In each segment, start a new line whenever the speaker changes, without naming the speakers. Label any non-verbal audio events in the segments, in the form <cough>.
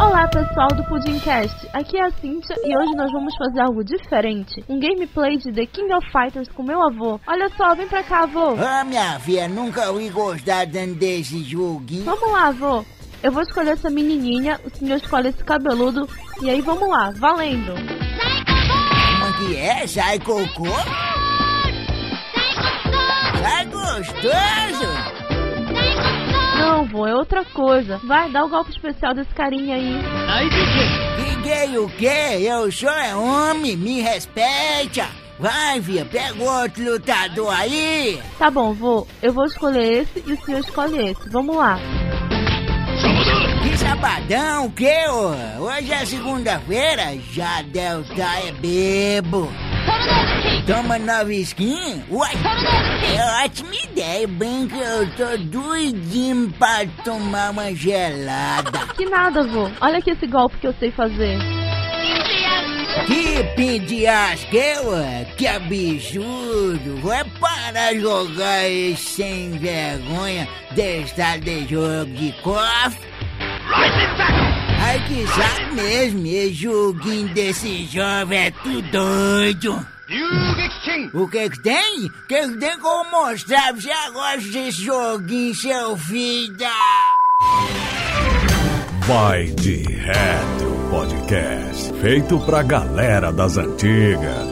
Olá pessoal do Pudimcast, aqui é a Cintia e hoje nós vamos fazer algo diferente, um gameplay de The King of Fighters com meu avô. Olha só, vem pra cá avô.
Ah, minha filha, nunca ouvi gostar tanto desse joguinho.
Vamos lá avô, eu vou escolher essa menininha, o senhor escolhe esse cabeludo e aí vamos lá, valendo.
Como que é? Sai cocô? Sai gostoso!
Não vô, é outra coisa, vai dar o golpe especial desse carinha aí.
Que gay o quê? Eu sou é homem, me respeita! Vai, filha, pega outro lutador aí!
Tá bom vô, eu vou escolher esse e o senhor escolhe esse, vamos lá.
Que sabadão, o quê, ô? Hoje é segunda-feira, já Delta é bebo! Toma nova skin? Uai! É ótima ideia, bem que eu tô doidinho pra tomar uma gelada!
Que nada vô, olha aqui esse golpe que eu sei fazer.
Que pendiasqueua, que absurdo! Vai parar de jogar esse sem vergonha desta de jogo de cof? Ai que sabe mesmo, esse joguinho desse jovem é tudo doido! O que que tem? O que que tem como mostrar pra você agora desse joguinho, seu filho da...
Vai de Retro Podcast, feito pra galera das antigas.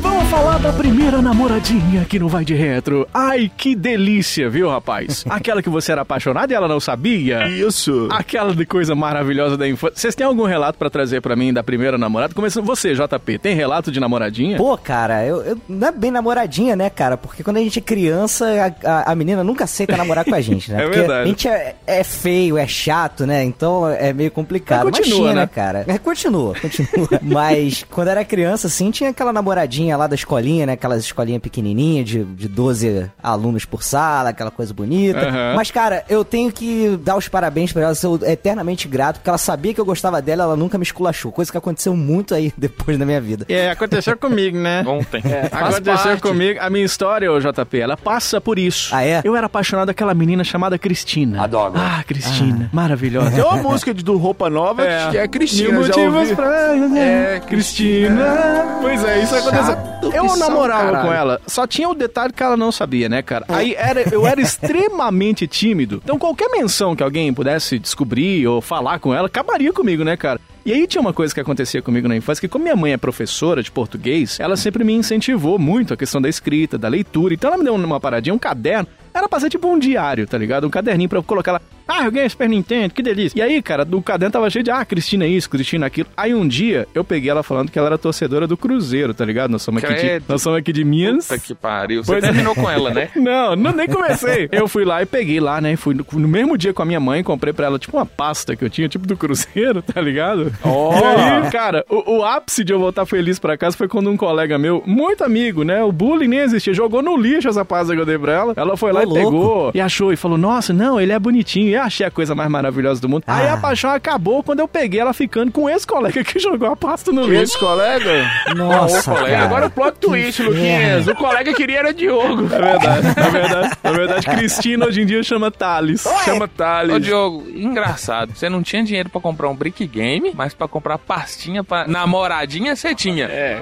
Vamos falar da primeira namoradinha que não vai de retro. Ai, que delícia, viu,
<laughs>
rapaz? Aquela que você era apaixonado e ela não sabia?
Isso.
Aquela de coisa maravilhosa da infância. Vocês têm algum relato pra trazer pra mim da primeira namorada? Começando você, JP, tem relato de namoradinha?
Pô, cara, eu, eu- não é bem namoradinha, né, cara? Porque quando a gente é criança, a, a- a menina nunca aceita namorar com a gente, né?
<laughs> É
Porque
verdade.
A gente é, é feio, é chato, né? Então é meio complicado.
Mas continua,
tinha,
né?
cara? É, continua, continua. <laughs> Mas quando era criança, assim, tinha aquela namoradinha lá da escolinha, né? Aquelas escolinhas pequenininhas de, de 12 alunos por sala, aquela coisa bonita.
Aham.
Mas, cara, eu tenho que dar os parabéns pra ela, sou eternamente grato, porque ela sabia que eu gostava dela, ela nunca me esculachou. Coisa que aconteceu muito aí <laughs> depois da minha vida.
É, aconteceu comigo, né? Ontem.
Faz Aconteceu comigo. A minha história, ô JP, ela passa por isso.
Ah, é?
Eu era apaixonado daquela menina chamada Cristina. Adoro. Ah, Cristina. Maravilhosa.
Tem uma música de, do Roupa Nova que é Cristina, já ouvi.
pra... É, Cristina. Pois é, isso aconteceu. Eu namorava com ela, só tinha o detalhe que ela não sabia, né,
É.
cara? Aí era, eu era extremamente tímido. Então qualquer menção que alguém pudesse descobrir ou falar com ela, acabaria comigo, né, cara? E aí tinha uma coisa que acontecia comigo na infância, que como minha mãe é professora de português, ela sempre me incentivou muito a questão da escrita, da leitura. Então ela me deu uma paradinha, um caderno. Era pra ser tipo um diário, tá ligado? Um caderninho pra eu colocar lá. Ah, eu ganhei Super Nintendo, que delícia. E aí, cara, do caderno tava cheio de, ah, Cristina é isso, Cristina é aquilo. Aí um dia, eu peguei ela falando que ela era torcedora do Cruzeiro, tá ligado? Nós somos aqui de,
Credo.
nós somos aqui de Minas.
Puta que pariu. Você
Pois é.
terminou com
<laughs>
ela, né?
Não, não nem comecei. Eu fui lá e peguei lá, né? Fui no, no mesmo dia com a minha mãe, comprei pra ela tipo uma pasta que eu tinha, tipo do Cruzeiro, tá ligado? E aí, cara, o, o ápice de eu voltar feliz pra casa foi quando um colega meu, muito amigo, né? O bullying nem existia, jogou no lixo essa pasta que eu dei pra ela. Ela foi lá
Ô,
e
louco.
pegou e achou e falou: Nossa, não, ele é bonitinho. E eu achei a coisa mais maravilhosa do mundo. Aí
Ah.
a paixão acabou quando eu peguei ela ficando com esse colega que jogou a pasta no lixo.
Esse colega?
Nossa,
Colega,
cara.
Agora é o plot twist, Luquinhas. O colega queria era Diogo.
É verdade, é verdade. É verdade, Cristina hoje em dia chama Thales. Chama
Ô,
Thales.
Diogo, engraçado. Você não tinha dinheiro pra comprar um brick game, mas pra comprar pastinha pra namoradinha você tinha. É.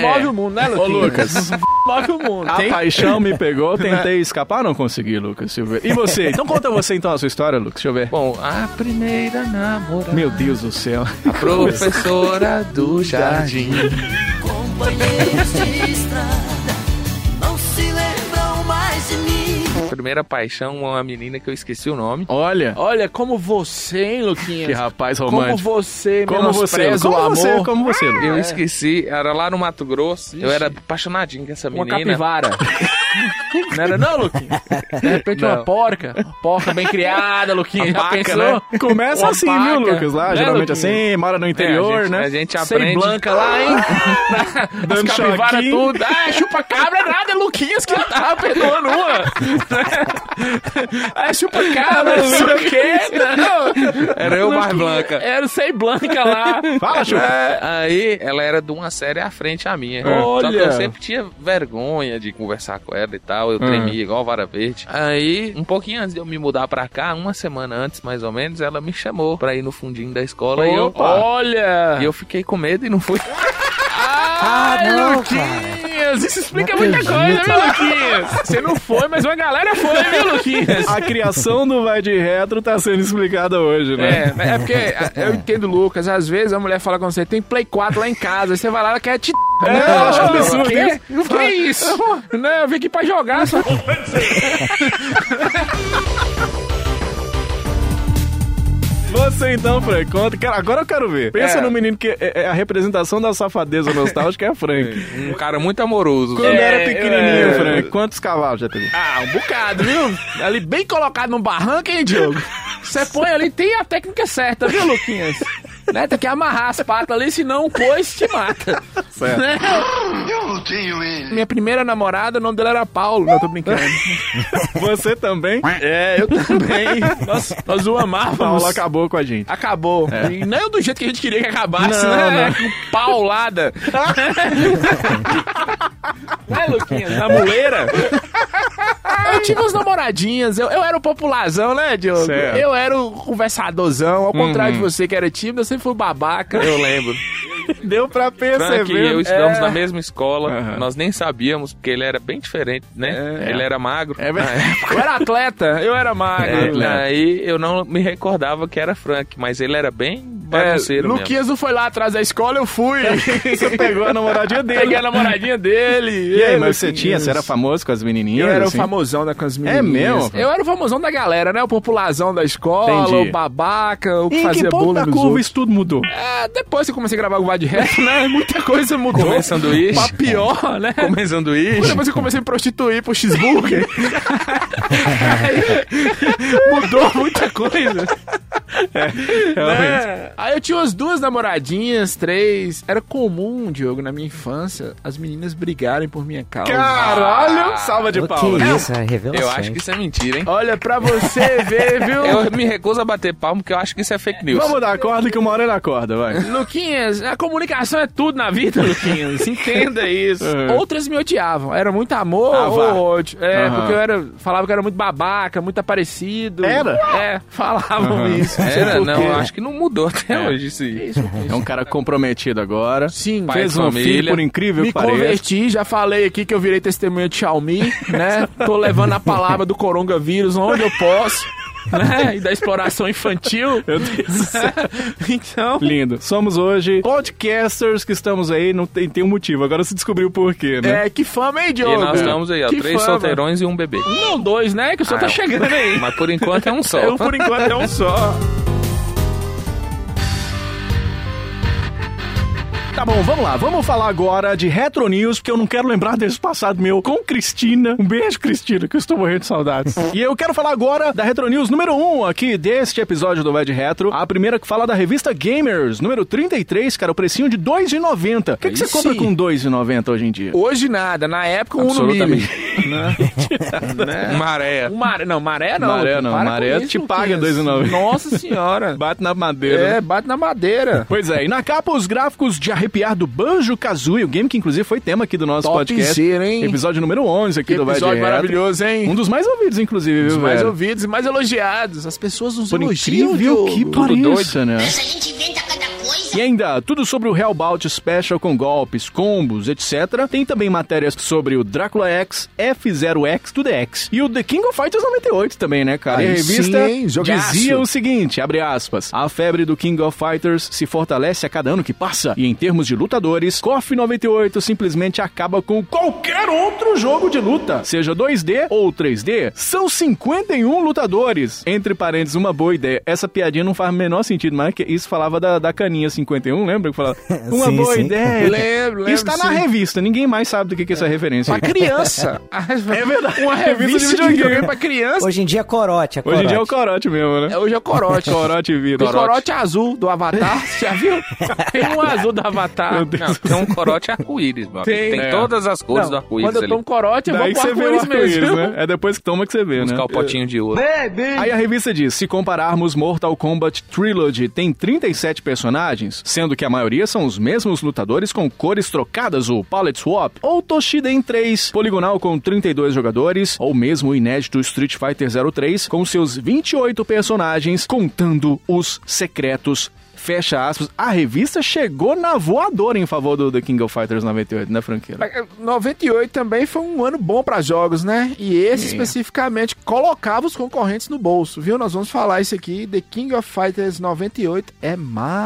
Move o mundo, né,
Ô, <laughs>
Luquinhas?
Lucas,
Move o mundo.
a paixão me pegou, tentei escapar, não consegui, Lucas. Deixa eu ver. E você? Então conta você então a sua história, Lucas. Deixa eu ver.
Bom, a primeira namorada.
Meu Deus do céu.
A professora do jardim.
Companheiros de estrada não se lembram mais de mim.
Primeira paixão, uma menina que eu esqueci o nome.
Olha,
Olha, como você, hein, Luquinhas?
que rapaz
Como
romântico.
você,
Como você,
menospreza
como
o amor.
você, como É. você, Lucas.
Eu esqueci, era lá no Mato Grosso. Eu
Ixi.
era apaixonadinho com essa
Uma
menina.
capivara. não era não, Luquinhas? De repente
Não. né?
uma porca. Uma porca bem criada, Luquinhas. Já pensou?
Começa
Uma
assim,
paca.
viu, Lucas? Lá,
Né,
geralmente
Luquinhas?
assim, mora no
É, a
interior,
gente-
né?
A gente
Sem
aprende.
blanca
<laughs>
lá, hein?
Dando
As capivaras
choquinho.
tudo. Ah, chupa cabra nada, é Luquinhas que tá perdoando uma. Ah, chupa cabra, não sei o quê. Não. É,
Era eu mais blanca.
Era sem blanca lá.
Fala, Chu.
É, aí ela era de uma série à frente à minha.
Olha!
Só que eu sempre tinha vergonha de conversar com pedra e tal, eu
Ah.
tremia igual vara verde. Aí, um pouquinho antes de eu me mudar pra cá, uma semana antes mais ou menos, ela me chamou pra ir no fundinho da escola e eu,
Olha!
e eu fiquei com medo e não fui.
Ah, não, cara.
Luquinhas, isso explica
Não
muita coisa,
acredito.
viu, Luquinhas? Você não foi, mas uma galera foi, viu, Luquinhas?
A criação do Vai de Retro tá sendo explicada hoje, né?
É, é porque a- eu entendo, Lucas. Às vezes a mulher fala com você, tem Play 4 lá em casa, aí você vai lá, ela quer te. É,
eu acho absurdo,
Que, que é
<laughs>
isso? Não, eu vim aqui pra jogar, só
Você então, Frank, conta. Cara, agora eu quero ver. Pensa
É.
no menino que é, é a representação da safadeza nostálgica é Frank.
Um cara muito amoroso.
Quando
É.
era pequenininho,
é.
Frank, quantos cavalos já
<laughs>
teve?
Ah, um bocado, viu? Ali bem colocado num barranco, hein, Diogo? Você põe ali, tem a técnica certa, viu, Luquinhas? Né? Tem que amarrar as patas ali, senão o coice te mata.
Certo.
Né?
Eu não tenho ele.
Minha primeira namorada, o nome dela era Paulo. Não, tô brincando.
Você também?
É, eu também. Nós, nós o amávamos.
Paulo acabou com a gente.
Acabou.
É.
E não do jeito que a gente queria que acabasse,
Não,
né?
não.
Com
<laughs>
paulada. Vai, Luquinhas, na muleira. Eu tive uns namoradinhas, eu, eu era o popularzão, né, Diogo?
Certo. Uhum.
Eu era o conversadorzão, ao contrário de você que era tímido, eu sempre fui o babaca.
Eu lembro.
Deu pra
Frank e
perceber.
eu estudamos
É.
na mesma escola,
Aham.
nós nem sabíamos, porque ele era bem diferente, né?
É.
Ele era magro.
É <laughs> verdade.
na época.
Eu era atleta, eu era
É,
magro. né?
aí eu não me recordava que era Frank, mas ele era bem
É,
bagunceiro mesmo.
Luquinhas não foi lá atrás da escola, eu fui.
<laughs> Você pegou a namoradinha dele.
Peguei a namoradinha dele.
E aí,
Ei,
mas você tinha?
Luquinhas.
Você era famoso com as menininhas?
Eu era
assim?
o famosão da com as menininhas.
mesmo?
Eu era o famosão da galera, né? O popularzão da escola,
Entendi.
o babaca, o que
E em
fazia
que ponto
bullying
da
nos
curva
outros.
isso tudo mudou?
É, depois que eu comecei a gravar o Vai de Reto, né? <laughs> Muita coisa mudou.
Comer sanduíche.
Pra pior,
É.
né?
Comer sanduíche.
Depois eu comecei a me prostituir
<laughs>
pro cheeseburger. mudou muita coisa.
É, Realmente.
É, né? Aí eu tinha umas duas namoradinhas, três. Era comum, Diogo, na minha infância, as meninas brigarem por minha causa. Ah,
Caralho! Salva de
Que
palmas.
isso, é revelação.
Eu acho que isso é mentira, hein?
Olha, pra você ver, viu?
Eu me recuso a bater palmo, porque eu acho que isso é fake news.
Vamos dar corda que uma hora ele acorda, vai.
Luquinhas, a comunicação é tudo na vida, Luquinhas. Entenda isso.
É.
Uhum.
Outras me odiavam. Era muito amor
Ah, vá.
ou ódio. É,
Aham.
porque eu era, falava que eu era muito babaca, muito aparecido.
Era?
É, falavam
Aham.
isso.
Era,
sei por
não,
quê.
eu acho que não mudou até
É.
hoje isso aí.
Isso,
É um cara comprometido agora.
Sim,
Pai
Fez
de
um
família.
filho, por incrível
me
que pareça.
converti, já falei aqui que eu virei testemunha de Xiaomi, né? Tô levando a palavra do coronavírus onde eu posso, né? E da exploração infantil.
Meu Deus do céu.
<laughs> Então,
Lindo. Somos hoje podcasters que estamos aí, não tem, tem um motivo. Agora se descobriu o porquê, né?
é, que fama, hein, Diogo?
E nós estamos aí, ó,
Que
três
fama.
solteirões e um bebê.
Não, dois, né? Que o senhor
Ah,
tá
é.
chegando aí.
Mas por enquanto é um só.
Eu, por enquanto, é um só.
Tá bom, vamos lá. Vamos falar agora de Retro News, porque eu não quero lembrar desse passado meu com Cristina. Um beijo, Cristina, que eu estou morrendo de saudades. e eu quero falar agora da Retro News número 1 aqui deste episódio do Ved Retro. A primeira que fala da revista Gamers, número 33, cara, o precinho de 2,90. O que, que você
Aí
compra
sim.
com 2,90 hoje em dia?
Hoje nada, na época um no milho.
Absolutamente.
Maré.
Um maré, não, maré não.
Maré não,
Para com
maré
isso,
te paga
Luquinhas.
2,90.
Nossa senhora.
Bate na madeira. né?
é, bate
<laughs>
na madeira.
Pois é, e na capa os gráficos de arrepiar do Banjo Kazooie, o game que inclusive foi tema aqui do nosso podcast.
Topzera, hein?
Episódio número 11 aqui
Que
do Vai
episódio
Direto.
maravilhoso, hein?
Um dos mais ouvidos, inclusive,
dos
viu,
mais
velho?
ouvidos e mais elogiados. As pessoas nos
Por
elogiam,
incrível
Diogo.
que pareça, né?
Essa gente inventa cada coisa.
E ainda, tudo sobre o Hellbout Special com golpes, combos, etc. Tem também matérias sobre o Drácula X, F0X, tudo é X. E o The King of Fighters 98 também, né, cara?
Aí
e a revista
sim, hein? Jogaço.
dizia o seguinte, abre aspas, a febre do King of Fighters se fortalece a cada ano que passa. E em termos de lutadores, KOF 98 simplesmente acaba com qualquer outro jogo de luta. Seja 2D ou 3D, são 51 lutadores. Entre parênteses, uma boa ideia. Essa piadinha não faz o menor sentido, mas é que isso falava da, da caninha 51, lembra que falava? Uma
Sim,
boa
sim.
ideia.
Lembro, lembro.
Isso tá na
sim.
revista, ninguém mais sabe do que, que é essa referência.
Pra
aí. <laughs>
criança. <laughs> é
verdade.
Uma revista de videogame pra
isso.
criança.
Hoje em dia é corote, é corote.
Hoje em dia é o corote mesmo, né?
É, Hoje é o
<laughs>
corote.
Corote vida.
Tem corote azul do Avatar,
<laughs>
você já viu? Tem um azul do Avatar.
Não, tem um corote arco-íris, mano.
Tem.
Tem,
É.
todas as cores do
Não,
arco-íris
quando eu
ali.
tomo corote, eu
Daí
vou
você
pro
vê o
arco-íris
arco-íris,
mesmo.
né? É depois que toma que você vê, né?
Buscar o potinho de ouro.
Aí a revista diz: se compararmos Mortal Kombat Trilogy tem 37 personagens, versões, sendo que a maioria são os mesmos lutadores com cores trocadas, o Palette Swap, ou Toshiden 3, poligonal com 32 jogadores, ou mesmo o inédito Street Fighter 03 com seus 28 personagens, contando os secretos Fecha aspas. A revista chegou na voadora em favor do The King of Fighters 98, né, franqueira?
eh, 98 também foi um ano bom pra jogos, né? E esse
Sim.
especificamente colocava os concorrentes no bolso, viu? Nós vamos falar isso aqui. The King of Fighters 98 é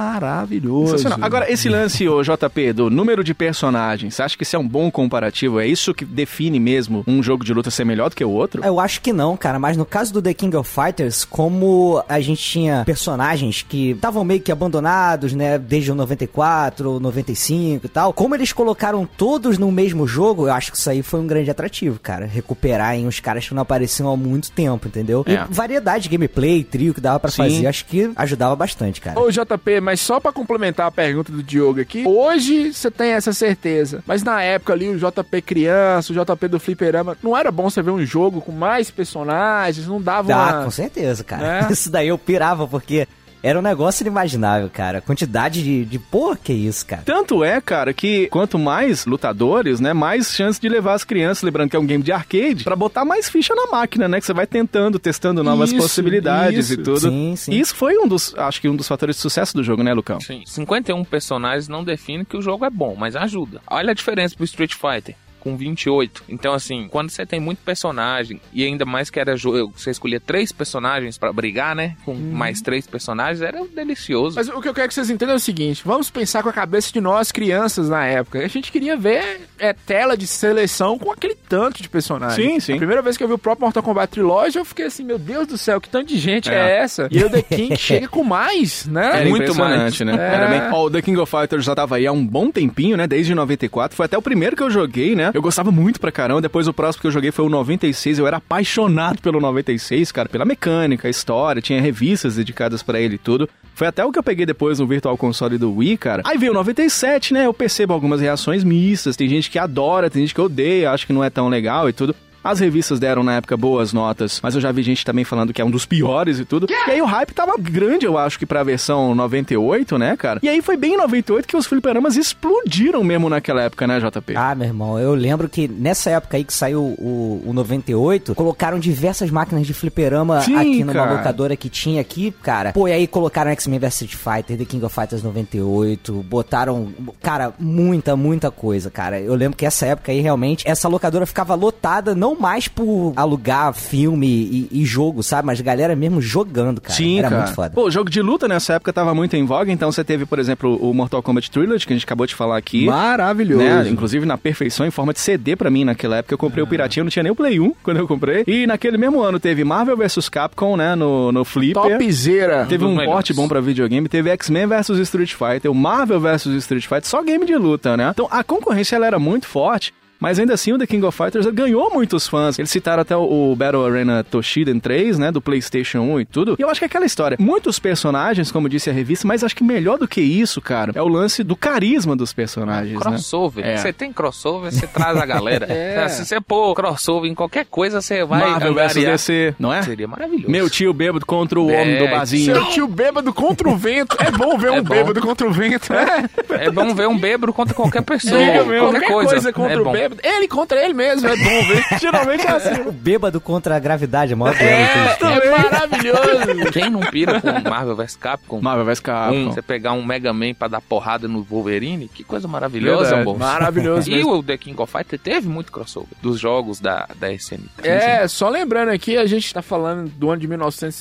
maravilhoso.
Sensacional. Agora, esse lance, ô JP, do número de personagens, você acha que isso é um bom comparativo? É isso que define mesmo um jogo de luta ser melhor do que o outro?
Eu acho que não, cara, mas no caso do The King of Fighters, como a gente tinha personagens que estavam meio que abandonados, né, desde o 94, 95 e tal, como eles colocaram todos no mesmo jogo, eu acho que isso aí foi um grande atrativo, cara, recuperarem os caras que não apareciam há muito tempo, entendeu?
É.
E variedade de gameplay, trio que dava pra fazer, acho que ajudava bastante, cara.
Ô JP, mas só pra complementar a pergunta do Diogo aqui, hoje você tem essa certeza, mas na época ali o JP criança, o JP do fliperama, não era bom você ver um jogo com mais personagens, não dava
Dá,
uma...
com certeza, cara.
Né?
<laughs> Isso daí eu pirava, porque era um negócio inimaginável, cara. A quantidade de, de. Pô, que isso, cara.
Tanto é, cara, que quanto mais lutadores, né, mais chance de levar as crianças, lembrando que é um game de arcade, pra botar mais ficha na máquina, né, que você vai tentando, testando novas
Isso,
possibilidades e
isso.
tudo.
Sim, sim.
Isso foi um dos, acho que um dos fatores de sucesso do jogo, né, Lucão?
Sim. 51 personagens não define que o jogo é bom, mas ajuda. Olha a diferença pro Street Fighter. Com 28. Então, assim, quando você tem muito personagem, e ainda mais que era jogo, você escolhia três personagens pra brigar, né? Com
Uhum.
mais três personagens, era delicioso.
Mas o que eu quero que vocês entendam é o seguinte: vamos pensar com a cabeça de nós, crianças, na época. A gente queria ver é, tela de seleção com aquele tanto de personagens.
Sim, sim.
A primeira vez que eu vi o próprio Mortal Kombat Trilogy, eu fiquei assim: meu Deus do céu, que tanto de gente é, essa? E o The King chega com mais, né?
Era
Muito
impressionante,
mais.
né?
É.
Era bem. Ó, o The King of Fighters já tava aí há um bom tempinho, né? Desde 94. Foi até o primeiro que eu joguei, né? Eu gostava muito pra caramba. Depois o próximo que eu joguei foi o 96. Eu era apaixonado pelo 96, cara. Pela mecânica, a história. Tinha revistas dedicadas pra ele e tudo. Foi até o que eu peguei depois no Virtual Console do Wii, cara. Aí veio o 97, né? Eu percebo algumas reações mistas. Tem gente que adora, tem gente que odeia, acha que não é tão legal e tudo. As revistas deram na época boas notas, mas eu já vi gente também falando que é um dos piores e tudo. E aí o hype tava grande, eu acho que pra versão 98, né, cara? E aí foi bem em 98 que os fliperamas explodiram mesmo naquela época, né, JP?
Ah, meu irmão, eu lembro que nessa época aí que saiu o, o 98, colocaram diversas máquinas de fliperama
Sim,
aqui numa
cara.
locadora que tinha aqui, cara. Pô, e aí colocaram X-Men vs Street Fighter, The King of Fighters 98, botaram, cara, muita, muita coisa, cara. Eu lembro que essa época aí realmente, essa locadora ficava lotada, não mais por alugar filme e, e jogo, sabe? Mas galera mesmo jogando, cara. Era muito foda.
Pô, jogo de luta nessa época tava muito em voga, então você teve, por exemplo, o Mortal Kombat Trilogy, que a gente acabou de falar aqui.
Maravilhoso.
Né? Inclusive na perfeição em forma de CD pra mim naquela época. Eu comprei
Ah.
o Piratinha, eu não tinha nem o Play 1 quando eu comprei. E naquele mesmo ano teve Marvel vs Capcom, né? No, no Flipper.
Topzera.
Teve
dos
um
melhores.
porte bom pra videogame, teve X-Men vs Street Fighter, o Marvel vs Street Fighter, só game de luta, né? Então a concorrência ela era muito forte. Mas ainda assim, o The King of Fighters ganhou muitos fãs. Eles citaram até o o Battle Arena Toshiden 3, né? Do PlayStation 1 e tudo. E eu acho que é aquela história. Muitos personagens, como disse a revista, mas acho que melhor do que isso, cara, é o lance do carisma dos personagens, né?
Crossover.
É.
Você tem crossover, você traz
<laughs>
a galera. Se você pôr crossover em qualquer coisa, você vai
Marvel vs
angariar.
DC, não é?
Seria maravilhoso.
Meu tio bêbado contra o
É,
homem do barzinho.
Seu tio bêbado contra o vento. É bom ver
É
um
bom.
bêbado contra o vento, né?
É bom ver um bêbado contra qualquer pessoa.
É, Qualquer, coisa, contra
é
o
bom.
bêbado. Ele contra ele mesmo, é bom ver.
Geralmente é assim.
O bêbado contra a gravidade, a maior duelo que
É, é maravilhoso.
<laughs> Quem não pira com Marvel vs Capcom?
Marvel vs
Um,
Capcom.
você pegar um Mega Man pra dar porrada no Wolverine, que coisa maravilhosa,
Verdade.
moço.
Maravilhoso
E o The King of Fighter teve muito crossover dos jogos da, da SNK.
É, só lembrando aqui, a gente tá falando do ano de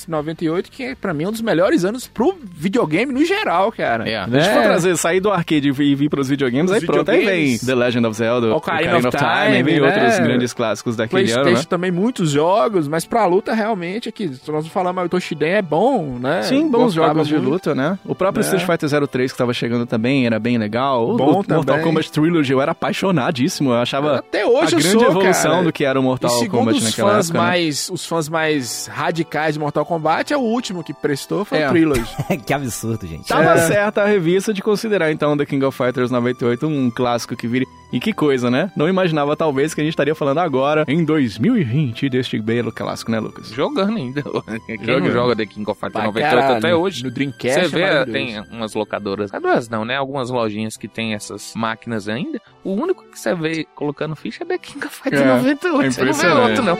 1998, que é, pra mim é um dos melhores anos pro videogame no geral, cara.
É.
Né?
Deixa eu trazer, sair do arcade e vir vir pros videogames,
Os
aí pronto, aí vem
videogames.
The Legend of Zelda,
Ocarina of
aí vem
Time, né?
outros grandes clássicos daquele
PlayStation
ano, né?
também muitos jogos, mas pra luta realmente aqui, se nós falamos, mas o Toshiden é bom, né?
Sim, bons
Gostava
jogos de
muito.
luta, né? O próprio
Né?
Street Fighter 03 que tava chegando também era bem legal. O
Bom
do Mortal
também.
Kombat Trilogy eu era apaixonadíssimo, eu achava
Até hoje
a
eu
grande
sou,
evolução
cara.
do que era o
E
Mortal
segundo
Kombat
os
naquela
fãs
época. né?
mais, os fãs mais radicais de Mortal Kombat, é o último que prestou foi
É.
o Trilogy.
tem. que absurdo, gente.
Tava
É.
certa a revista de considerar então The King of Fighters 98 um clássico que vire. E que coisa, né? Não imaginava, talvez, que a gente estaria falando agora, em 2020, deste belo clássico, né, Lucas?
Jogando ainda. <laughs> Quem não
Jogando.
joga The King of Fighters
Pra
98 até
caralho.
hoje?
No Dreamcast
Você
é
vê, ah,
maravilhoso.
tem umas locadoras. Ah, Duas não, né? Algumas lojinhas que tem essas máquinas ainda. O único que você vê colocando ficha é The King of Fighters
É,
98.
é
Você não vê outro, não.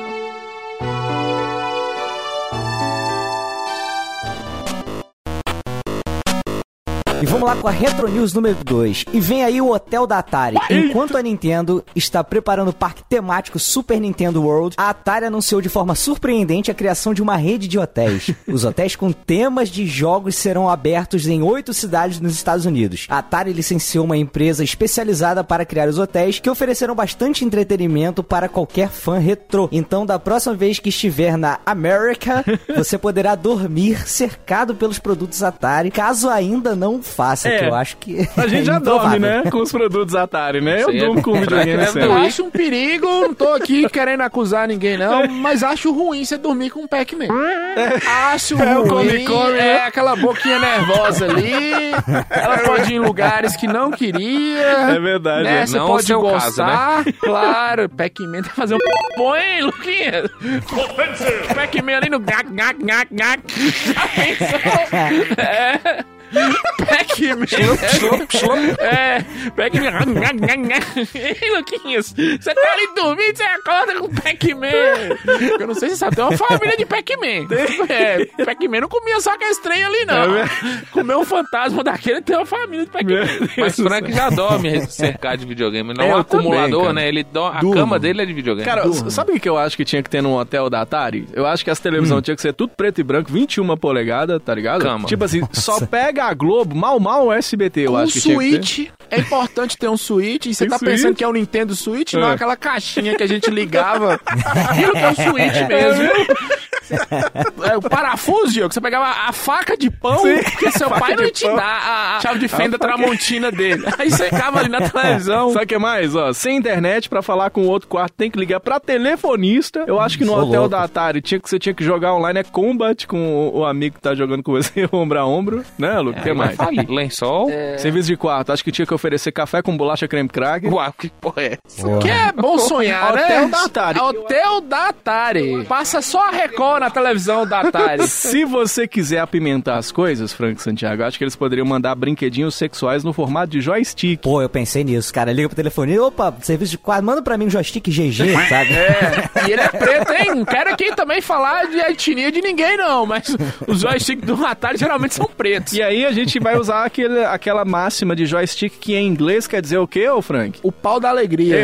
E vamos lá com a Retro News número 2. E vem aí o Hotel da Atari. Enquanto a Nintendo está preparando o parque temático Super Nintendo World, a Atari anunciou de forma surpreendente a criação de uma rede de hotéis. Os hotéis com temas de jogos serão abertos em oito cidades nos Estados Unidos. A Atari licenciou uma empresa especializada para criar os hotéis que ofereceram bastante entretenimento para qualquer fã retrô. Então, da próxima vez que estiver na
<laughs>
América, você poderá dormir cercado pelos produtos Atari, caso ainda não faça,
É.
que eu acho que.
A gente
é
já dorme,
improvável.
né? Com os produtos Atari, né? Eu
Sim, é
durmo com o videogame assim.
deve
sempre.
Eu acho um perigo, não tô aqui querendo acusar ninguém, não, mas acho ruim você dormir com um Pac-Man. Acho
o
ruim,
Comic Con, né?
é aquela boquinha nervosa ali, ela pode ir em lugares que não queria,
É verdade.
né, você
Não o
pode
seu caso,
gostar,
<laughs>
claro, Pac-Man tá fazendo um põe, Luquinha, Pac-Man ali no gac, gac, gac, gac, já pensou? É... Pac-Man. É, Pac-Man. Ei, Luquinhas, você tá ali dormindo, você acorda com Pac-Man. Eu não sei se você sabe, tem uma família de Pac-Man. É, Pac-Man não comia só aquele trem ali,
É
não. Comeu um fantasma daquele, tem uma família de Pac-Man.
Mas Frank já dorme cercado de videogame. Não é um
Eu também,
acumulador,
cara.
né? Ele dó- a
Durmo.
cama dele é de videogame.
Cara, s- sabe o que eu acho que tinha que ter num hotel da Atari? Eu acho que as
Hum.
televisões tinha que ser tudo preto e branco, 21 polegadas, tá ligado?
Cama.
Tipo assim, só pega a Globo, mal mal o SBT, eu
um
acho que tinha que ter.
Switch, é importante ter um Switch, e você
Tem
tá
Switch?
pensando que é o Nintendo Switch, não
É.
aquela caixinha que a gente ligava. Aquilo que é o Switch mesmo. É, o parafuso, Diogo, que você pegava a faca de pão, porque seu pai não ia te dar a, a chave de fenda tramontina dele. Aí você ficava ali na televisão.
Sabe o que mais? Ó, sem internet pra falar com o outro quarto tem que ligar pra telefonista. Eu acho que no
Ô,
hotel
louco.
da Atari tinha que você tinha que jogar online é combat com o, o amigo que tá jogando com você <laughs> ombro a ombro, né,
É,
Lu? O que mais?
Fale. Lençol?
é. Serviço de quarto. Acho que tinha que oferecer café com bolacha creme crack.
Uau, que porra é essa?
Que é bom sonhar, né?
Hotel da Atari.
Hotel da Atari. Passa só a Record na televisão da Atari.
Se você quiser apimentar as coisas, Frank Santiago, acho que eles poderiam mandar brinquedinhos sexuais no formato de joystick.
Pô, eu pensei nisso, cara. Liga pro telefone, opa, serviço de quadro, manda pra mim um joystick
<laughs>
GG, sabe?
É, e ele é preto, hein? Não quero aqui também falar de etnia de ninguém, não, mas os joysticks do Atari geralmente são pretos.
E é aí a gente vai usar aquele, aquela máxima de joystick que em inglês quer dizer o quê, ô Frank?
O pau da alegria.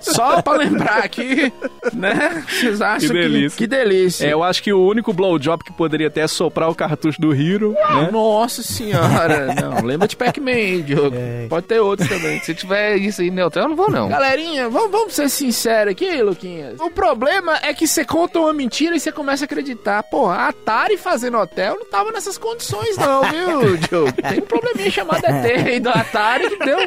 Só pra lembrar aqui, né? Vocês acham
Que delícia.
Que, que delícia.
É, eu acho que o único blowjob que poderia ter é soprar o cartucho do Hiro, né?
Nossa senhora. <laughs> Não, lembra de Pac-Man, hein, Diogo. Pode ter outros também.
Se tiver isso aí neutral, eu não vou, não.
Galerinha, vamos, vamos ser sinceros aqui, Luquinhas. O problema é que você conta uma mentira e você começa a acreditar. Porra, a Atari fazendo hotel não tava nessas condições, não, <laughs> viu, Diogo? Tem um probleminha chamado ET aí do Atari que deu.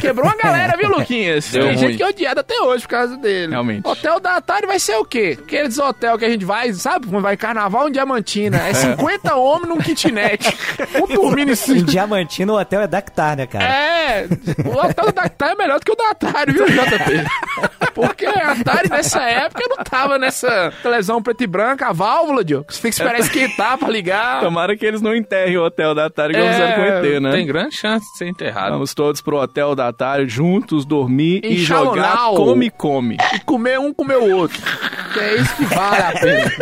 Quebrou a galera, viu, Luquinhas?
Deu
Tem
ruim.
gente que é odiada até hoje por causa dele.
Realmente.
Hotel da Atari vai ser o quê? Aqueles hotel que a gente vai, sabe? Quando vai carnaval em Diamantina. É 50 homens num kitnet. Um turminho em
em Diamantina o hotel é Dactar, né, cara?
é, o hotel da Atari é melhor do que o da Atari, viu, JP? Porque a Atari nessa época não tava nessa televisão preta e branca, a válvula, Diogo. Você tem que esperar esquentar pra ligar.
Tomara que eles não enterrem o hotel da Atari como
É,
fizeram com o ET, né?
Tem grande chance de ser enterrado.
Vamos todos pro hotel da Atari juntos dormir e jogar
Enxalonau.
come-come.
E comer um, comer o outro. Que é isso que vale a pena.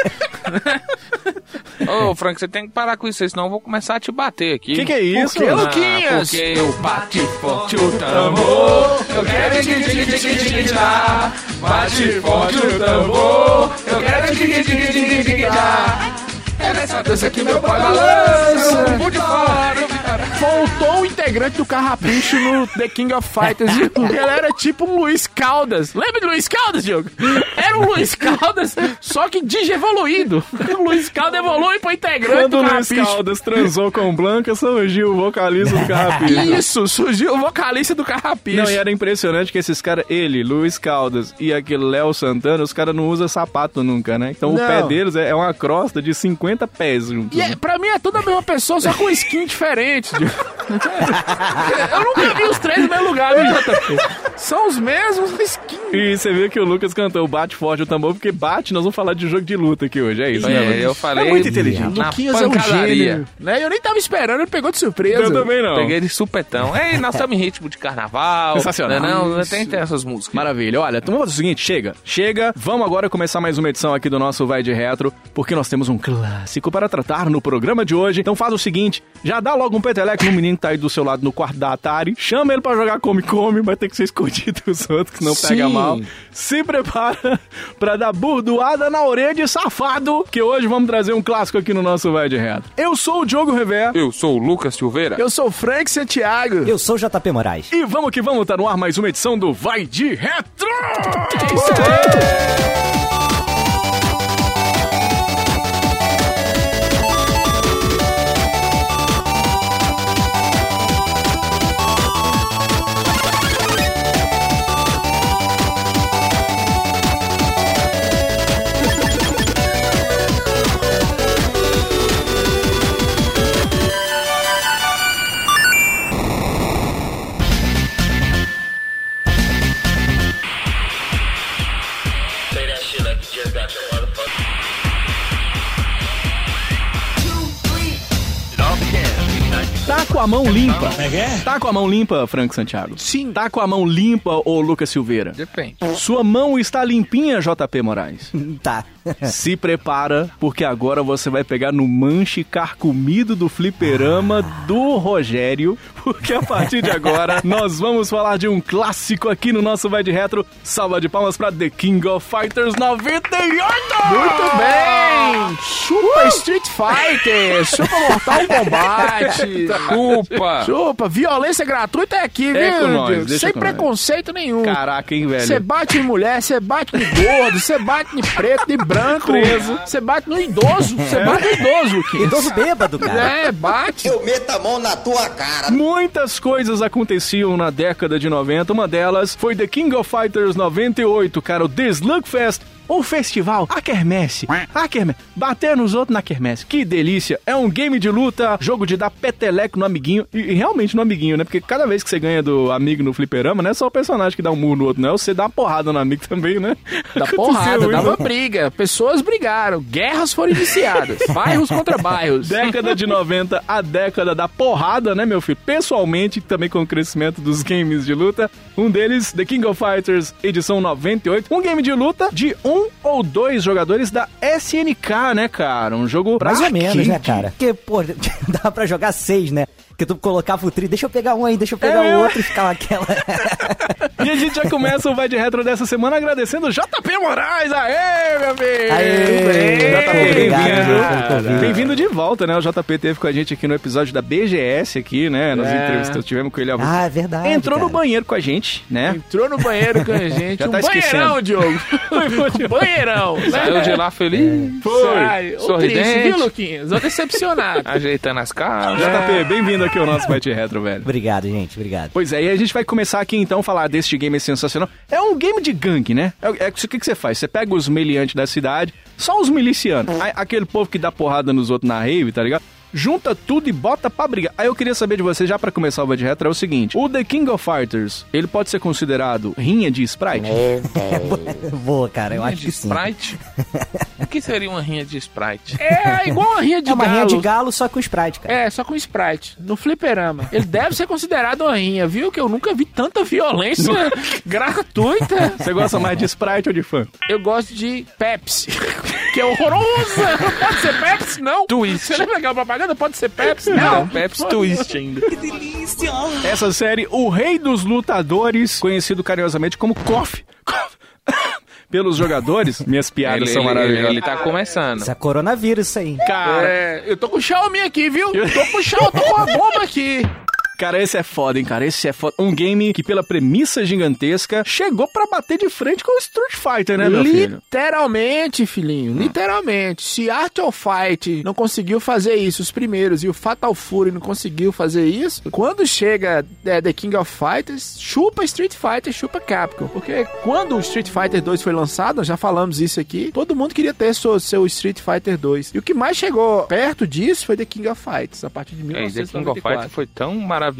Ô, Frank, você tem que parar com isso, senão eu vou começar a te bater aqui.
Que que é isso?
quê,
Ah,
Luquinhas?
porque eu bati forte o tambor, eu quero tic tic tic tic tic tá. Bate forte o tambor, eu quero tic tic tic tic tic tá. É nessa dança que meu pai balança.
Nossa, de fora. Faltou o integrante do Carrapicho no The King of Fighters. Diogo. Ele era tipo um Luiz Caldas. Lembra de Luiz Caldas, Diogo? Era um Luiz Caldas, só que digievoluído. O Luiz Caldas evolui pro integrante
Quando
do
o Luiz
Carrapicho.
Caldas transou com Blanca, surgiu o vocalista do <laughs> Carrapicho.
Isso, surgiu o vocalista do Carrapicho.
Não, e era impressionante que esses caras, ele, Luiz Caldas e aquele Léo Santana, os caras não usam sapato nunca, né? Então o
Não.
pé deles é é uma crosta de 50 pés juntos.
E é, pra mim é toda a mesma pessoa, só com skin diferente. Diogo. Eu nunca vi os três no mesmo lugar, viu, JP? São os mesmos skins.
E você viu que o Lucas cantou Bate Forte o Tambor, porque bate, nós vamos falar de jogo de luta aqui hoje, é isso. né, Lucas?
É, eu falei.
É muito inteligente.
Na
Luquinhas é um
pancadaria.
gênio. Né? Eu nem tava esperando, ele pegou de surpresa.
Eu também não.
Peguei de supetão. Ei, nós estamos em ritmo de carnaval.
Sensacional.
Não, não
Isso.
tem, tem essas músicas.
Maravilha. Olha, então vamos fazer o seguinte, chega. Chega, vamos agora começar mais uma edição aqui do nosso Vai de Retro, porque nós temos um clássico para tratar no programa de hoje. Então faz o seguinte, já dá logo um peteleco no menino que tá aí do seu lado no quarto da Atari, chama ele para jogar Come Come, vai ter que ser escondido dos outros, que não pega
Sim.
mal. Se prepara <laughs> para dar burdoada na orelha de safado, que hoje vamos trazer um clássico aqui no nosso Vai de Retro. Eu sou o Diogo Revé.
Eu sou o Lucas Silveira.
Eu sou o Frank Santiago.
É.
Eu sou o JP Moraes.
E vamos que vamos, tá no ar mais uma edição do Vai de Retro! Tá com a mão limpa. Tá com a mão limpa, Frank Santiago? Sim. Tá com a mão limpa, ô Lucas Silveira?
Depende.
Sua mão está limpinha, JP Moraes.
Tá.
É. Se prepara, porque agora você vai pegar no manche carcomido do fliperama do Rogério, porque a partir de <laughs> agora nós vamos falar de um clássico aqui no nosso Vai de Retro. Salva de palmas pra The King of Fighters um. 98! Ah!
Muito bem!
Uh!
Chupa Street Fighter! Chupa Mortal
<laughs>
Kombat!
Desculpa.
Chupa! Violência gratuita é aqui, viu?
Tá. É com nós,
Deus?
deixa
Sem
com nós.
preconceito nenhum.
Caraca, hein, velho?
Você bate em mulher, você bate no gordo, você bate em preto, em branco,
Preso. É.
você bate no idoso, você bate no idoso. Luquinhas.
Idoso bêbado, cara.
É, bate.
Eu meto a mão na tua cara.
Muitas coisas aconteciam na década de 90. Uma delas foi The King of Fighters 98, cara, o The Slug Fest. Um festival, a quermesse, a quermesse, bater nos outros na quermesse, que delícia, é um game de luta, jogo de dar peteleco no amiguinho, e, e realmente no amiguinho, né, porque cada vez que você ganha do amigo no fliperama, não é só o personagem que dá um murro no outro, não, você dá uma porrada no amigo também, né?
Da
Aconteceu
porrada,
isso.
dava briga. Pessoas brigaram, guerras
<laughs>
foram iniciadas, bairros contra bairros.
Década de 90, a década da porrada, né, meu filho? Pessoalmente, também com o crescimento dos games de luta. Um deles, The King of Fighters, edição 98. Um game de luta de um ou dois jogadores da SNK, né, cara? Um jogo
Mais ou menos, né,
arcade.
cara? Porque, pô, <laughs> dava pra jogar seis, né? Porque tu colocava o tri, deixa eu pegar um aí, deixa eu pegar
É,
o
eu-
outro e ficava aquela.
E a gente já começa o Vai de Retro dessa semana agradecendo o JP Moraes. Aê, meu amigo!
Aê,
JP,
JP, obrigado pelo
bem-vindo.
convite.
Bem-vindo de volta, né? O JP teve com a gente aqui no episódio da BGS aqui, né? Nas entrevistas que tivemos com ele. ao vivo.
É. Ah, é verdade.
Entrou
cara.
no banheiro com a gente, né?
Entrou no banheiro com a gente.
Já tá
um banheirão,
esquecendo.
Diogo.
<laughs>
um banheirão. Né?
Saiu de lá feliz.
É.
Foi.
Sorridente.
Triste, viu, Luquinhas? Ou decepcionado.
Ajeitando as caras.
JP, bem-vindo aqui ao nosso Bate Retro, velho.
Obrigado, gente, obrigado.
Pois é, e a gente vai começar aqui então a falar deste game sensacional. É um game de gangue, né? É, é- o que, que você faz? Você pega os meliantes da cidade, só os milicianos, a- aquele povo que dá porrada nos outros na rave, tá ligado? Junta tudo e bota pra brigar. Aí eu queria saber de você, já pra começar o Bad Retro, é o seguinte: o The King of Fighters, ele pode ser considerado rinha de sprite?
Boa, cara, eu
Rinha
acho
de
que sim.
Sprite? O que seria uma rinha de Sprite?
É igual uma rinha de
É uma
galo.
rinha de galo, só com Sprite, cara.
É, só com Sprite. No fliperama. Ele deve ser considerado uma rinha, viu? Que eu nunca vi tanta violência gratuita.
Você gosta mais de sprite ou de fã?
Eu gosto de Pepsi. Que é horrorosa. Não pode ser Pepsi, não.
Twist.
Você lembra aquela propaganda? Pode ser Pepsi?
Não,
Não.
Pepsi Twist ainda.
Essa série, o Rei dos Lutadores, conhecido carinhosamente como KOF. KOF. <coughs> Pelos jogadores, minhas piadas
Ele,
são
ele, ele,
maravilhosas.
ele tá começando.
Isso é coronavírus, isso aí.
Cara,
É, eu tô com o Xiaomi aqui, viu? Eu tô com o Xiaomi, eu tô com a bomba aqui.
Cara, esse é foda, hein, cara? Esse é foda. Um game que, pela premissa gigantesca, chegou pra bater de frente com o Street Fighter, né, meu filho?
Literalmente, filhinho. Literalmente. Se Art of Fight não conseguiu fazer isso, os primeiros, e o Fatal Fury não conseguiu fazer isso, quando chega é, The King of Fighters, chupa Street Fighter, chupa Capcom. Porque quando o Street Fighter 2 foi lançado, nós já falamos isso aqui, todo mundo queria ter seu, seu Street Fighter 2. E o que mais chegou perto disso foi The King of Fighters, a partir de
É, e The King of
1994.
Fighters foi tão maravilhoso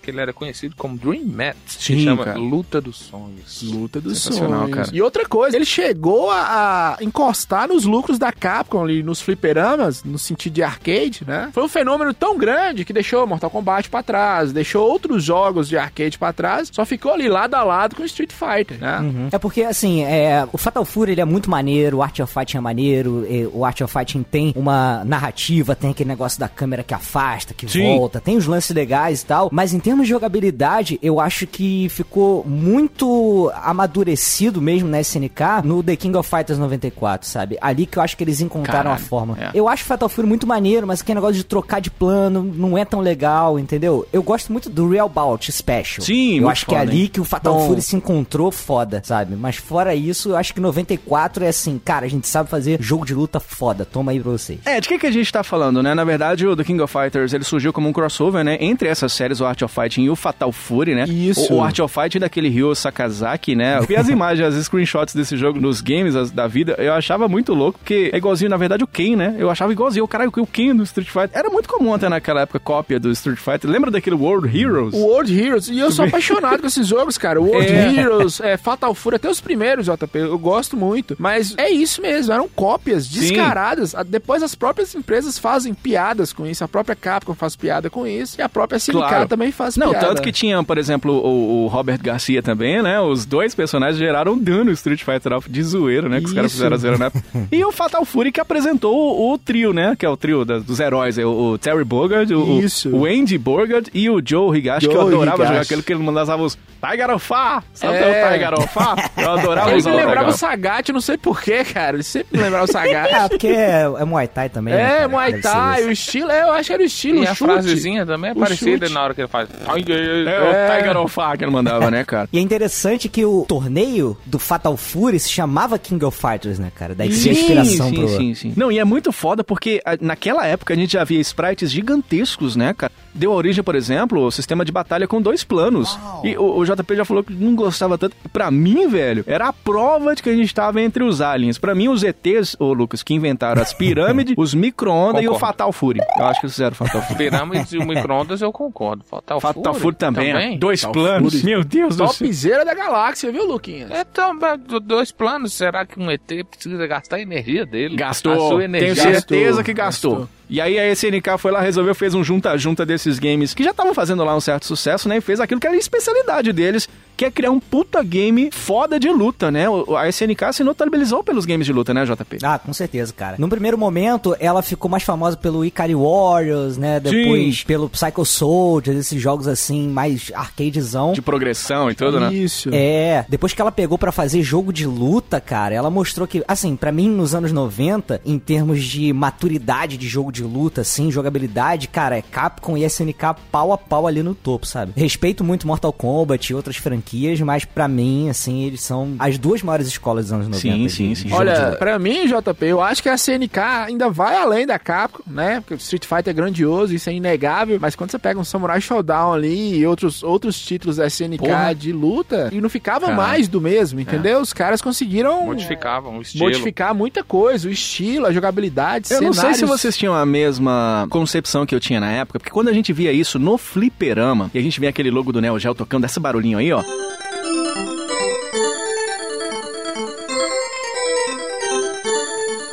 que ele era conhecido como Dream Match. Se
Sim,
chama
cara.
Luta dos Sonhos.
Luta dos
Sensacional,
sonhos.
cara.
E outra coisa, ele chegou a, a encostar nos lucros da Capcom ali, nos fliperamas, no sentido de arcade, né? Foi um fenômeno tão grande que deixou Mortal Kombat pra trás, deixou outros jogos de arcade pra trás, só ficou ali lado a lado com Street Fighter, né?
É porque, assim, é, o Fatal Fury ele é muito maneiro, o Art of Fighting é maneiro, e o Art of Fighting tem uma narrativa, tem aquele negócio da câmera que afasta, que
Sim.
volta, tem os lances legais e tal, mas em termos de jogabilidade, eu acho que ficou muito amadurecido mesmo na SNK no The King of Fighters 94, sabe? Ali que eu acho que eles encontraram a
Caralho,
forma.
é.
Eu acho o Fatal Fury muito maneiro, mas aquele negócio de trocar de plano não é tão legal, entendeu? Eu gosto muito do Real Bout Special.
Sim,
Eu
muito
acho que é
foda,
ali
hein?
que o Fatal
Bom.
Fury se encontrou foda, sabe? Mas fora isso, eu acho que 94 é assim, cara, a gente sabe fazer jogo de luta foda. Toma aí pra vocês.
É, de que, que a gente tá falando, né? Na verdade, o The King of Fighters, ele surgiu como um crossover, né? Entre essas séries, o Art of Fighting e o Fatal Fury, né?
Isso.
O, o Art of Fighting daquele Ryo Sakazaki, né? Eu vi
<laughs>
as imagens, as screenshots desse jogo nos games as- da vida, eu achava muito louco, porque é igualzinho, na verdade, o Ken, né? Eu achava igualzinho, caralho, o Ken do Street Fighter. Era muito comum até naquela época, cópia do Street Fighter. Lembra daquele World Heroes?
O World Heroes, e eu sou apaixonado com esses jogos, cara. O World
É.
Heroes, é, Fatal Fury, até os primeiros, JP, eu gosto muito. Mas é isso mesmo, eram cópias descaradas. Ah, Depois as próprias empresas fazem piadas com isso, a própria Capcom faz piada com isso, e a própria Silicata
Claro.
também faz
Não,
piada.
tanto que tinha, por exemplo, o, o Robert Garcia também, né? Os dois personagens geraram um dano no Street Fighter Alpha de zoeira, né? Que os caras
Isso.
fizeram a zoeira na
<laughs>
época. E o Fatal Fury que apresentou o, o trio, né? Que é o trio das- dos heróis. é O, o Terry Bogard, o, o-
Isso.
o Andy Bogard e o Joe Higashi, que eu
Joe
adorava
Higashi.
jogar aquele que ele mandava os Tiger of Fa! Sabe
É.
o Tiger of Fa? Eu adorava
Ele
usar
me
o
lembrava
Tiger
o
of Fa.
Sagat, eu não sei porquê, cara. Ele sempre me lembrava o Sagat.
Ah, porque <laughs> é, é Muay Thai também. né,
é,
cara?
Muay
Deve ser
Thai,
isso.
o estilo, é, eu acho que era o estilo,
E
o
a
chute.
frasezinha também é
O
parecida
chute.
na hora que ele faz.
É, o Tiger of Fa que ele mandava, né, cara?
E é interessante que o torneio do Fatal Fury se chamava King of Fighters, né, cara? Daí tinha inspiração
sim,
pro.
sim, sim. Não, e é muito foda porque a- naquela época a gente já via sprites gigantescos, né, cara? Deu origem, por exemplo, ao sistema de batalha com dois planos. E o, o JP já falou que não gostava tanto. Pra mim, velho, era a prova de que a gente tava entre os aliens. Pra mim, os ETs, ô Lucas, que inventaram as <laughs> pirâmides, os micro-ondas e o
Concordo.
Fatal Fury. Eu acho que eles fizeram Fatal Fury.
Pirâmides e o micro-ondas eu concordo. Fatal,
Fatal Fury também, né?
também.
dois
Fatal
planos.
Fury.
Meu Deus do céu.
Topzera da galáxia, viu, Luquinhas?
É, Então, pra- do- dois planos, será que um ET precisa gastar a energia dele?
Gastou.
A sua
Tenho
energia.
certeza
Gastou,
que gastou.
gastou.
E aí a SNK foi lá, resolveu, fez um junta-junta desses games que já estavam fazendo lá um certo sucesso, né? E fez aquilo que era a especialidade deles, que é criar um puta game foda de luta, né? O- A SNK se notabilizou pelos games de luta, né, JP?
Ah, com certeza, cara. Num primeiro momento, ela ficou mais famosa pelo Ikari Warriors, né? Depois pelo Psycho Soldier, esses jogos assim, mais arcadezão.
De progressão e tudo, né?
Isso.
É, depois que ela pegou pra fazer jogo de luta, cara, ela mostrou que, assim, pra mim nos anos 90, em termos de maturidade de jogo de luta, assim, jogabilidade, cara, é Capcom e SNK pau a pau ali no topo, sabe? Respeito muito Mortal Kombat e outras franquias, mas pra mim, assim, eles são as duas maiores escolas dos anos 90.
Sim,
de-
sim,
de
sim.
jogo de
Olha,
luta.
pra mim, JP, eu acho que a CNK ainda vai além da Capcom, né? Porque o Street Fighter é grandioso, isso é inegável. Mas quando você pega um Samurai Showdown ali e outros, outros títulos da SNK
Porra.
de luta, e não ficava
Cara.
mais do mesmo, entendeu? Os caras conseguiram
Modificavam o um estilo.
modificar muita coisa, o estilo, a jogabilidade,
Eu não sei se
cenários.
vocês tinham a mesma concepção que eu tinha na época, porque quando a gente via isso no fliperama, e a gente via aquele logo do Neo Geo tocando esse barulhinho aí, ó.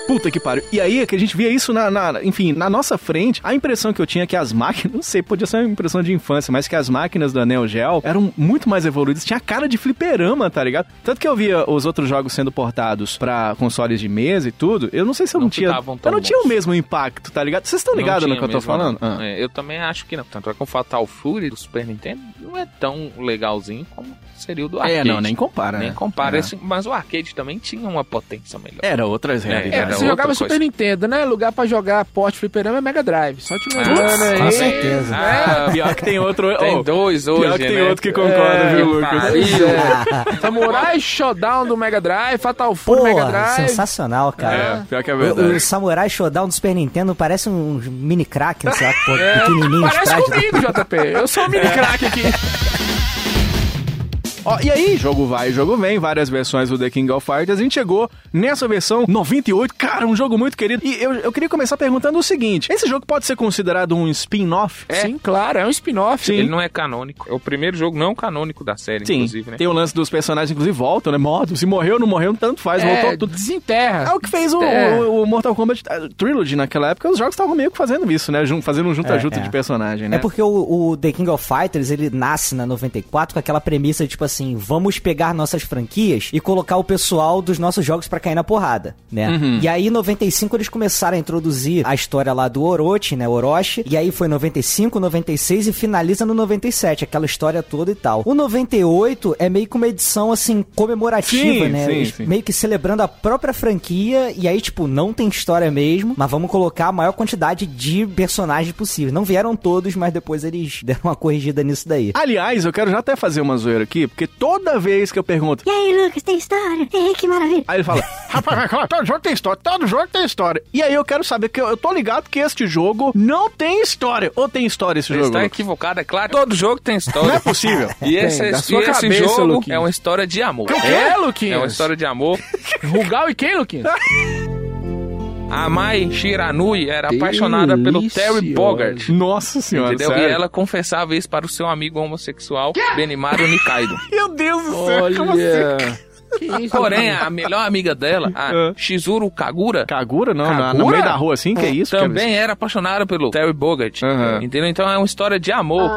Puta que pariu. E aí é que a gente via isso na, na- enfim, na nossa frente, a impressão que eu tinha é que as máquinas, <laughs> não sei, podia ser uma impressão de infância, mas que as máquinas da Neo Geo eram muito mais evoluídas, tinha a cara de fliperama, tá ligado? Tanto que eu via os outros jogos sendo portados pra consoles de mesa e tudo, eu não sei se eu não,
Não
tinha,
ficavam
eu
tão
não tinha o
bons.
mesmo impacto, tá ligado? Vocês estão
Não
ligados no
tinha
que eu tô
mesmo,
falando?
não.
Ah.
É, eu também acho que não. Tanto é que o Fatal Fury do Super Nintendo não é tão legalzinho como seria o do arcade.
Ah. É, não, nem compara,
Nem
né?
compara.
É.
Esse- mas o arcade também tinha uma potência melhor.
Era outras
É,
realidades.
era
Sim,
outra
jogava
coisa.
Super Nintendo, né? Lugar pra jogar porte fliperama é Mega Drive. Só te lembrando aí.
Com certeza.
Ah,
Pior que tem outro.
tem
oh,
dois hoje,
É, pior que tem
né?
outro que concorda,
É,
viu,
que
Lucas?
pariu.
Isso, é. Samurai Showdown do Mega Drive, Fatal Fury
Pô,
do Mega Drive.
sensacional, cara.
É, pior que é
O, o
verdade.
Samurai Shodown do Super Nintendo parece um mini Kraken, sei lá,
<laughs>
pô,
É.
pequenininho,
Parece
trágico.
um-
comigo, JP. Eu sou o mini craque aqui.
Ó, e aí, jogo vai, jogo vem, várias versões do The King of Fighters. A gente chegou nessa versão 98, cara, um jogo muito querido. E eu, eu queria começar perguntando o seguinte: esse jogo pode ser considerado um spin-off?
Sim, claro, é um spin-off.
Sim.
Ele não é canônico. É o primeiro jogo não canônico da série,
Sim.
inclusive, né?
Tem o lance dos personagens, inclusive, voltam, né? Morto. Se morreu, não morreu, tanto faz,
É,
voltou tudo. É
desenterra.
o que fez o,
É.
o- o Mortal Kombat eh, Trilogy naquela época. Os jogos estavam meio que fazendo isso, né? Jun- Fazendo um junta-junta
É, é.
de personagem, né?
É porque o, o The King of Fighters, ele nasce na 94 com aquela premissa de, tipo assim, vamos pegar nossas franquias e colocar o pessoal dos nossos jogos pra cair na porrada, né? E aí, em 95, eles começaram a introduzir a história lá do Orochi, né? Orochi. E aí foi 95, 96 e finaliza no 97, aquela história toda e tal. O 98 é meio que uma edição, assim, comemorativa,
Sim,
né?
sim,
Eles
sim.
meio que celebrando a própria franquia e aí, tipo, não tem história mesmo, mas vamos colocar a maior quantidade de personagens possível. Não vieram todos, mas depois eles <laughs> deram uma corrigida nisso daí.
Aliás, eu quero já até fazer uma zoeira aqui, porque toda vez que eu pergunto,
E aí, Lucas, tem história? Ei, que maravilha.
aí ele fala, rapaz, rapaz, todo jogo tem história, todo jogo tem história. E aí eu quero saber, que eu, eu tô ligado que este jogo não tem história. Ou tem história esse
Você
jogo?
está equivocado, é claro. Todo jogo
<laughs>
tem história.
Não é possível.
E esse,
da
e
sua
esse
cabeça,
jogo
Luquinhas.
é uma história de amor.
É,
É uma
Luquinhas?
história de amor.
Rugal e quem, Luquinhas?
A Mai Shiranui era apaixonada pelo Terry
Deliciosa.
Bogard.
Nossa senhora,
Entendeu? E
sério?
ela confessava isso para o seu amigo homossexual, Benimaru Nikaido.
Meu Deus do céu, como assim?
Olha. Que isso,
Porém, a melhor amiga dela, a
<laughs> É.
Shizuru Kagura,
Kagura, não, na- no
Kagura?
meio da rua, assim, que é isso? cara?
também era apaixonada pelo Terry Bogard.
Aham.
Entendeu? Então é uma história de amor.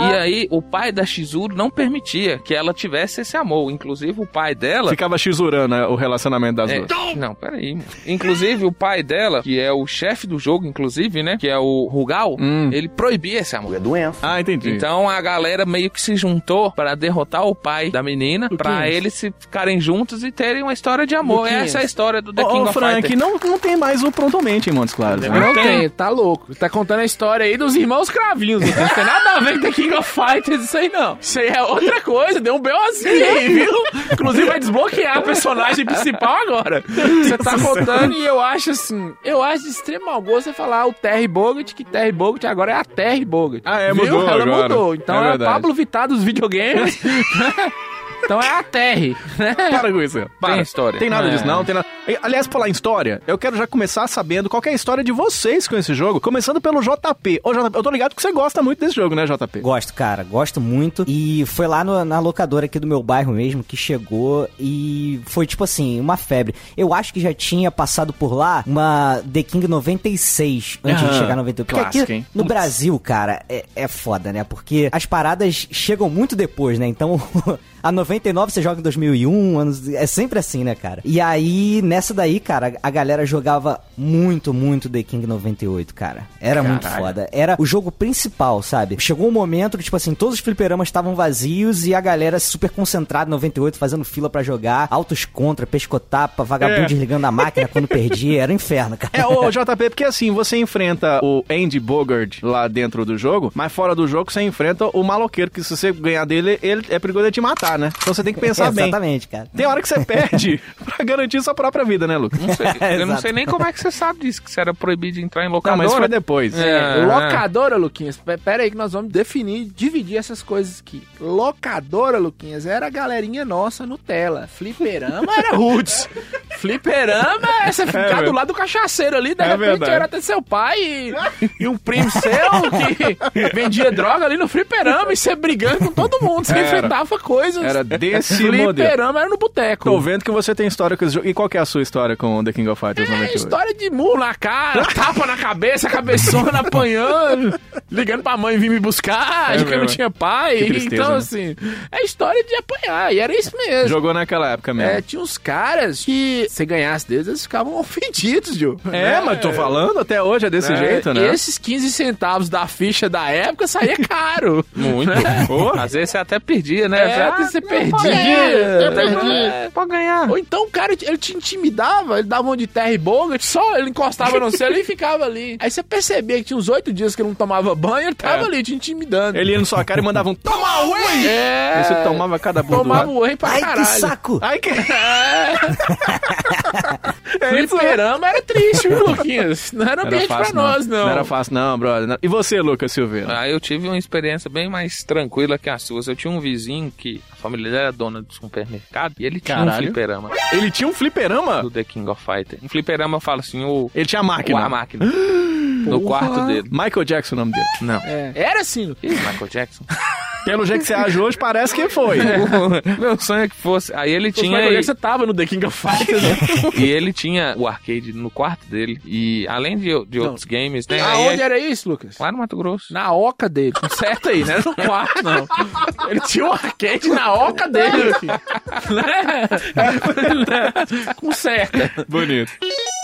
E aí, o pai da Shizuru não permitia que ela tivesse esse amor. Inclusive, o pai dela.
Ficava xurando né, o relacionamento das
É,
duas.
não, peraí. mano. Inclusive, o pai dela, que é o chefe do jogo, inclusive, né? Que é o Rugal,
Hum.
ele proibia esse amor.
Ah, entendi.
Então a galera meio que se juntou pra derrotar o pai da menina,
é
pra eles se ficarem juntos e terem uma história de amor.
Luquinhas.
Essa é a história do The
Ô,
King
ô,
of
Frank,
Fighters.
não, não tem mais o prontamente em Montes Claros. né?
Não tem, tá louco. Tá contando a história aí dos irmãos cravinhos. Não tem nada a ver com The King of Fighters, isso aí não. Isso aí é outra coisa, deu um BOzinho aí, viu? Inclusive vai desbloquear a personagem principal agora. Você tá contando e eu acho assim, eu acho de extremo mau gosto você falar o Terry Bogart, que Terry Bogart agora é a Terry Bogart.
Ah, é,
Viu?
mudou
Ela
agora.
mudou. Então
É
é, a
verdade.
Pablo Vittar dos videogames. <laughs> né? então é a Terry, né?
Para com isso. Para.
Tem história.
É. Tem nada
É.
disso, não. Tem nada. E, Aliás, por lá em história, eu quero já começar sabendo qual que é a história de vocês com esse jogo, começando pelo JP. Ô, JP, eu tô ligado que você gosta muito desse jogo, né, JP?
Gosto, cara, gosto muito. E foi lá no- na locadora aqui do meu bairro mesmo que chegou e foi tipo assim, uma febre. Eu acho que já tinha passado por lá uma The King 96 antes de
Aham.
chegar 98. Porque
Clássica,
aqui
hein?
no Brasil, cara, é, é foda, né? Porque as paradas chegam muito depois, né? Então <laughs> a 99 você joga em 2001, anos, é sempre assim, né, cara? E aí nessa daí, cara, a galera jogava muito, muito The King 98, cara. Era muito foda. Era o jogo principal, sabe? Chegou um momento que, tipo assim, todos os fliperamas estavam vazios e a galera super concentrada, 98, fazendo fila pra jogar, altos contra, pescotapa, vagabundo desligando a máquina quando perdia. Era um inferno, cara. <laughs>
É, ô <laughs> JP, porque assim, você enfrenta o Andy Bogard lá dentro do jogo, mas fora do jogo você enfrenta o maloqueiro, que se você ganhar dele, ele é perigoso de te matar, né? Então você tem que pensar bem.
Exatamente, cara.
Tem hora que você perde pra garantir sua própria vida, né, Lucas?
Não sei, eu não
Exato.
sei nem como é que você sabe disso, que você era proibido de entrar em
Não, Ah, mas foi
locadora.
depois.
É,
Locadora, Luquinhas. Pe- Pera aí que nós vamos definir, dividir essas coisas aqui. Locadora, Luquinhas, era a galerinha nossa Nutella. Fliperama
<laughs>
era Roots. Fliperama é você ficar do
mesmo.
lado do cachaceiro ali, de
É
repente
verdade.
era até seu pai e, e um primo seu que vendia droga ali no fliperama e você brigando com todo mundo. Você
Era.
enfrentava coisas.
Era desse modelo.
fliperama era no boteco.
Tô vendo que você tem história com esse jogo. E qual que é a sua história com The King of Fighters
É
98?
história de murro na cara,
<laughs>
tapa na cabeça, cabeçona apanhando, ligando pra mãe vir me buscar,
É
de que eu não
mesmo.
tinha pai.
Que tristeza,
então,
né?
assim, é história de apanhar, e era isso mesmo.
Jogou naquela época mesmo.
É, tinha uns caras que se ganhasse deles, eles ficavam ofendidos, Ju.
É, mas tô falando, até hoje é desse jeito, né?
Esses 15 centavos da ficha da época saía caro.
<laughs>
Muito. Às vezes você até perdia, né?
É,
Às vezes
você
não,
perdi,
é,
eu perdi.
Pode ganhar.
É. Ou então o cara, ele te intimidava, ele dava um de terra e boga, só ele encostava no
<laughs>
céu e ficava ali. Aí você percebia que tinha uns oito dias que ele não tomava banho, ele tava
É.
ali te intimidando.
Ele ia na sua cara e mandava um toma away!
É.
Aí Você tomava cada bunda.
tomava o rei pra
Ai,
caralho.
que saco!
Ai, que...
É, Fliperama era triste, viu, Luquinhas? Não era
Não
ambiente pra nós, não.
Não era fácil, não, brother. Não- E você, Lucas Silveira?
Ah, eu tive uma experiência bem mais tranquila que as suas. Eu tinha um vizinho que a família dele era dona de supermercado e ele tinha um
Caralho.
fliperama
Ele tinha um fliperama?
do The King of Fighter. Um fliperama, eu falo assim, o,
Ele tinha a
o a
máquina.
máquina. no quarto dele.
Michael Jackson o nome dele.
Não.
É. Era assim.
Ih, Michael Jackson.
Pelo jeito que você age hoje, parece que
<laughs>
foi.
Meu sonho é que fosse. Aí ele tinha.
Tinha você tava no The King of Fighters. né?
E ele tinha o arcade no quarto dele. E além de, de outros games, né?
<laughs>
aí-
Aonde era isso, Lucas?
Lá no Mato Grosso.
Na oca
<laughs>
dele. Certo aí, né? No quarto, não. Ele tinha um arcade na oca dele, <laughs> filho. Né? Conserta.
Bonito.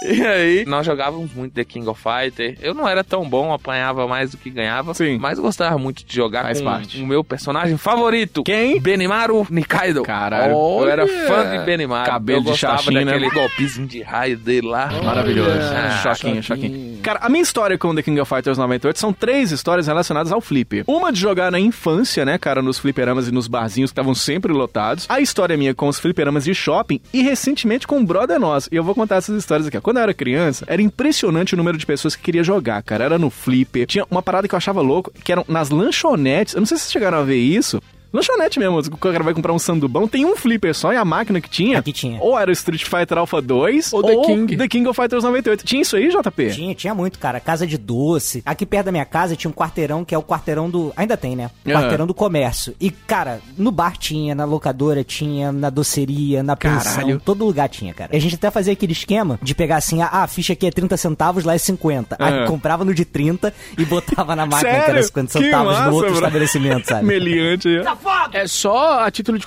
E aí?
Nós jogávamos muito The King of Fighter. Eu não era tão bom, apanhava mais do que ganhava.
Sim.
Mas gostava muito de jogar
Faz
com
parte.
o meu personagem favorito.
Quem?
Benimaru Nikaido.
Caralho.
Eu era
Olha.
fã de Benimaru.
Cabelo
eu
de né?
gostava
chacina.
daquele golpezinho de raio dele lá.
Maravilhoso.
Ah,
É, choquinho, choquinho. Cara, a minha história com The King of Fighters 98 são três histórias relacionadas ao flipper. Uma de jogar na infância, né, cara, nos fliperamas e nos barzinhos que estavam sempre lotados. A história minha com os fliperamas de shopping e recentemente com um brother nosso. E eu vou contar essas histórias aqui. ó. Quando eu era criança, era impressionante o número de pessoas que queria jogar, cara. Era no flipper. Tinha uma parada que eu achava louco, que eram nas lanchonetes. Eu não sei se vocês chegaram a ver isso. Lanchonete mesmo, o cara vai comprar um sandubão, tem um flipper só e a máquina que tinha.
Aqui tinha.
Ou era o Street Fighter Alpha 2,
Ou The King.
The King of Fighters 98. Tinha isso aí, JP?
Tinha, tinha muito, cara. Casa de doce. Aqui perto da minha casa tinha um quarteirão que é o quarteirão do. Ainda tem, né?
Aham.
Quarteirão do comércio. E, cara, no bar tinha, na locadora tinha, na doceria, na pensão.
Caralho.
Todo lugar tinha, cara. E a gente até fazia aquele esquema de pegar assim, ah, a ficha aqui é 30 centavos, lá é 50.
Aham.
Aí comprava no de 30 e botava
Ah,
na máquina que era
<laughs> Sério?
50
Que
centavos
massa,
no outro
bro.
estabelecimento, sabe?
<laughs> Meliante aí. ó.
É só a título de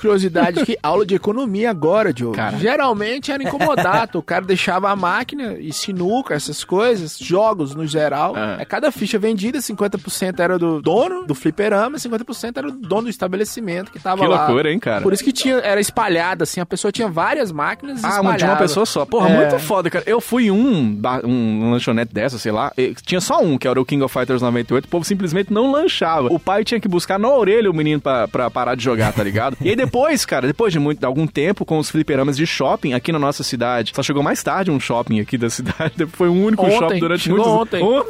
<laughs>
curiosidade que aula de economia agora, Diogo.
Cara.
Geralmente era incomodado. O cara deixava a máquina e sinuca, essas coisas, jogos no geral.
Ah.
É. Cada ficha vendida, 50% era do dono do fliperama e 50% era do dono do estabelecimento que tava
Que
lá.
loucura, hein, cara?
Por isso que tinha, era espalhada, assim, a pessoa tinha várias máquinas
Ah, uma de uma
espalhadas.
pessoa só. Porra,
É.
muito foda, cara. Eu fui em um, bar- um lanchonete dessa, sei lá. e Tinha só um, que era o King of Fighters 98. O povo simplesmente não lanchava. O pai tinha que buscar na orelha o menino pra, pra parar de jogar, tá ligado? e aí depois, cara, depois de muito, de algum tempo, com os fliperamas de shopping aqui na nossa cidade. Só chegou mais tarde um shopping aqui da cidade. <laughs> Foi um único
Ontem.
shopping durante
Chegou
muitos
ontem.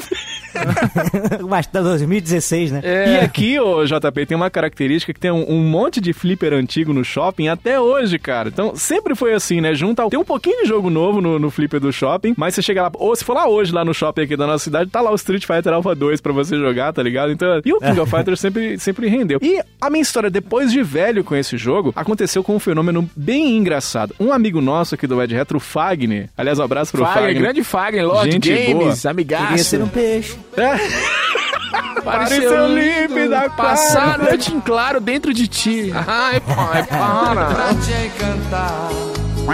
Mas tá 2016, né?
É,
E aqui, ô JP, tem uma característica que tem um, um monte de flipper antigo no shopping até hoje, cara. Então, sempre foi assim, né? Junta. Tem um pouquinho de jogo novo no, no flipper do shopping, mas você chega lá. Ou se for lá hoje, lá no shopping aqui da nossa cidade, tá lá o Street Fighter Alpha 2 pra você jogar, tá ligado? Então.
<laughs>
E o King of Fighters sempre, sempre rendeu. E a minha história, depois de velho com esse jogo, aconteceu com um fenômeno bem engraçado. Um amigo nosso aqui do Ed Retro, o Fagner. Aliás, um abraço pro
Fagner,
Fagner.
grande Fagner, Lord
Gente
Games,
Queria
amigaço.
ser um peixe.
<laughs> Pareceu livre da
Passar a noite em claro dentro de ti. Ai, pai, <laughs> para.
pra te encantar.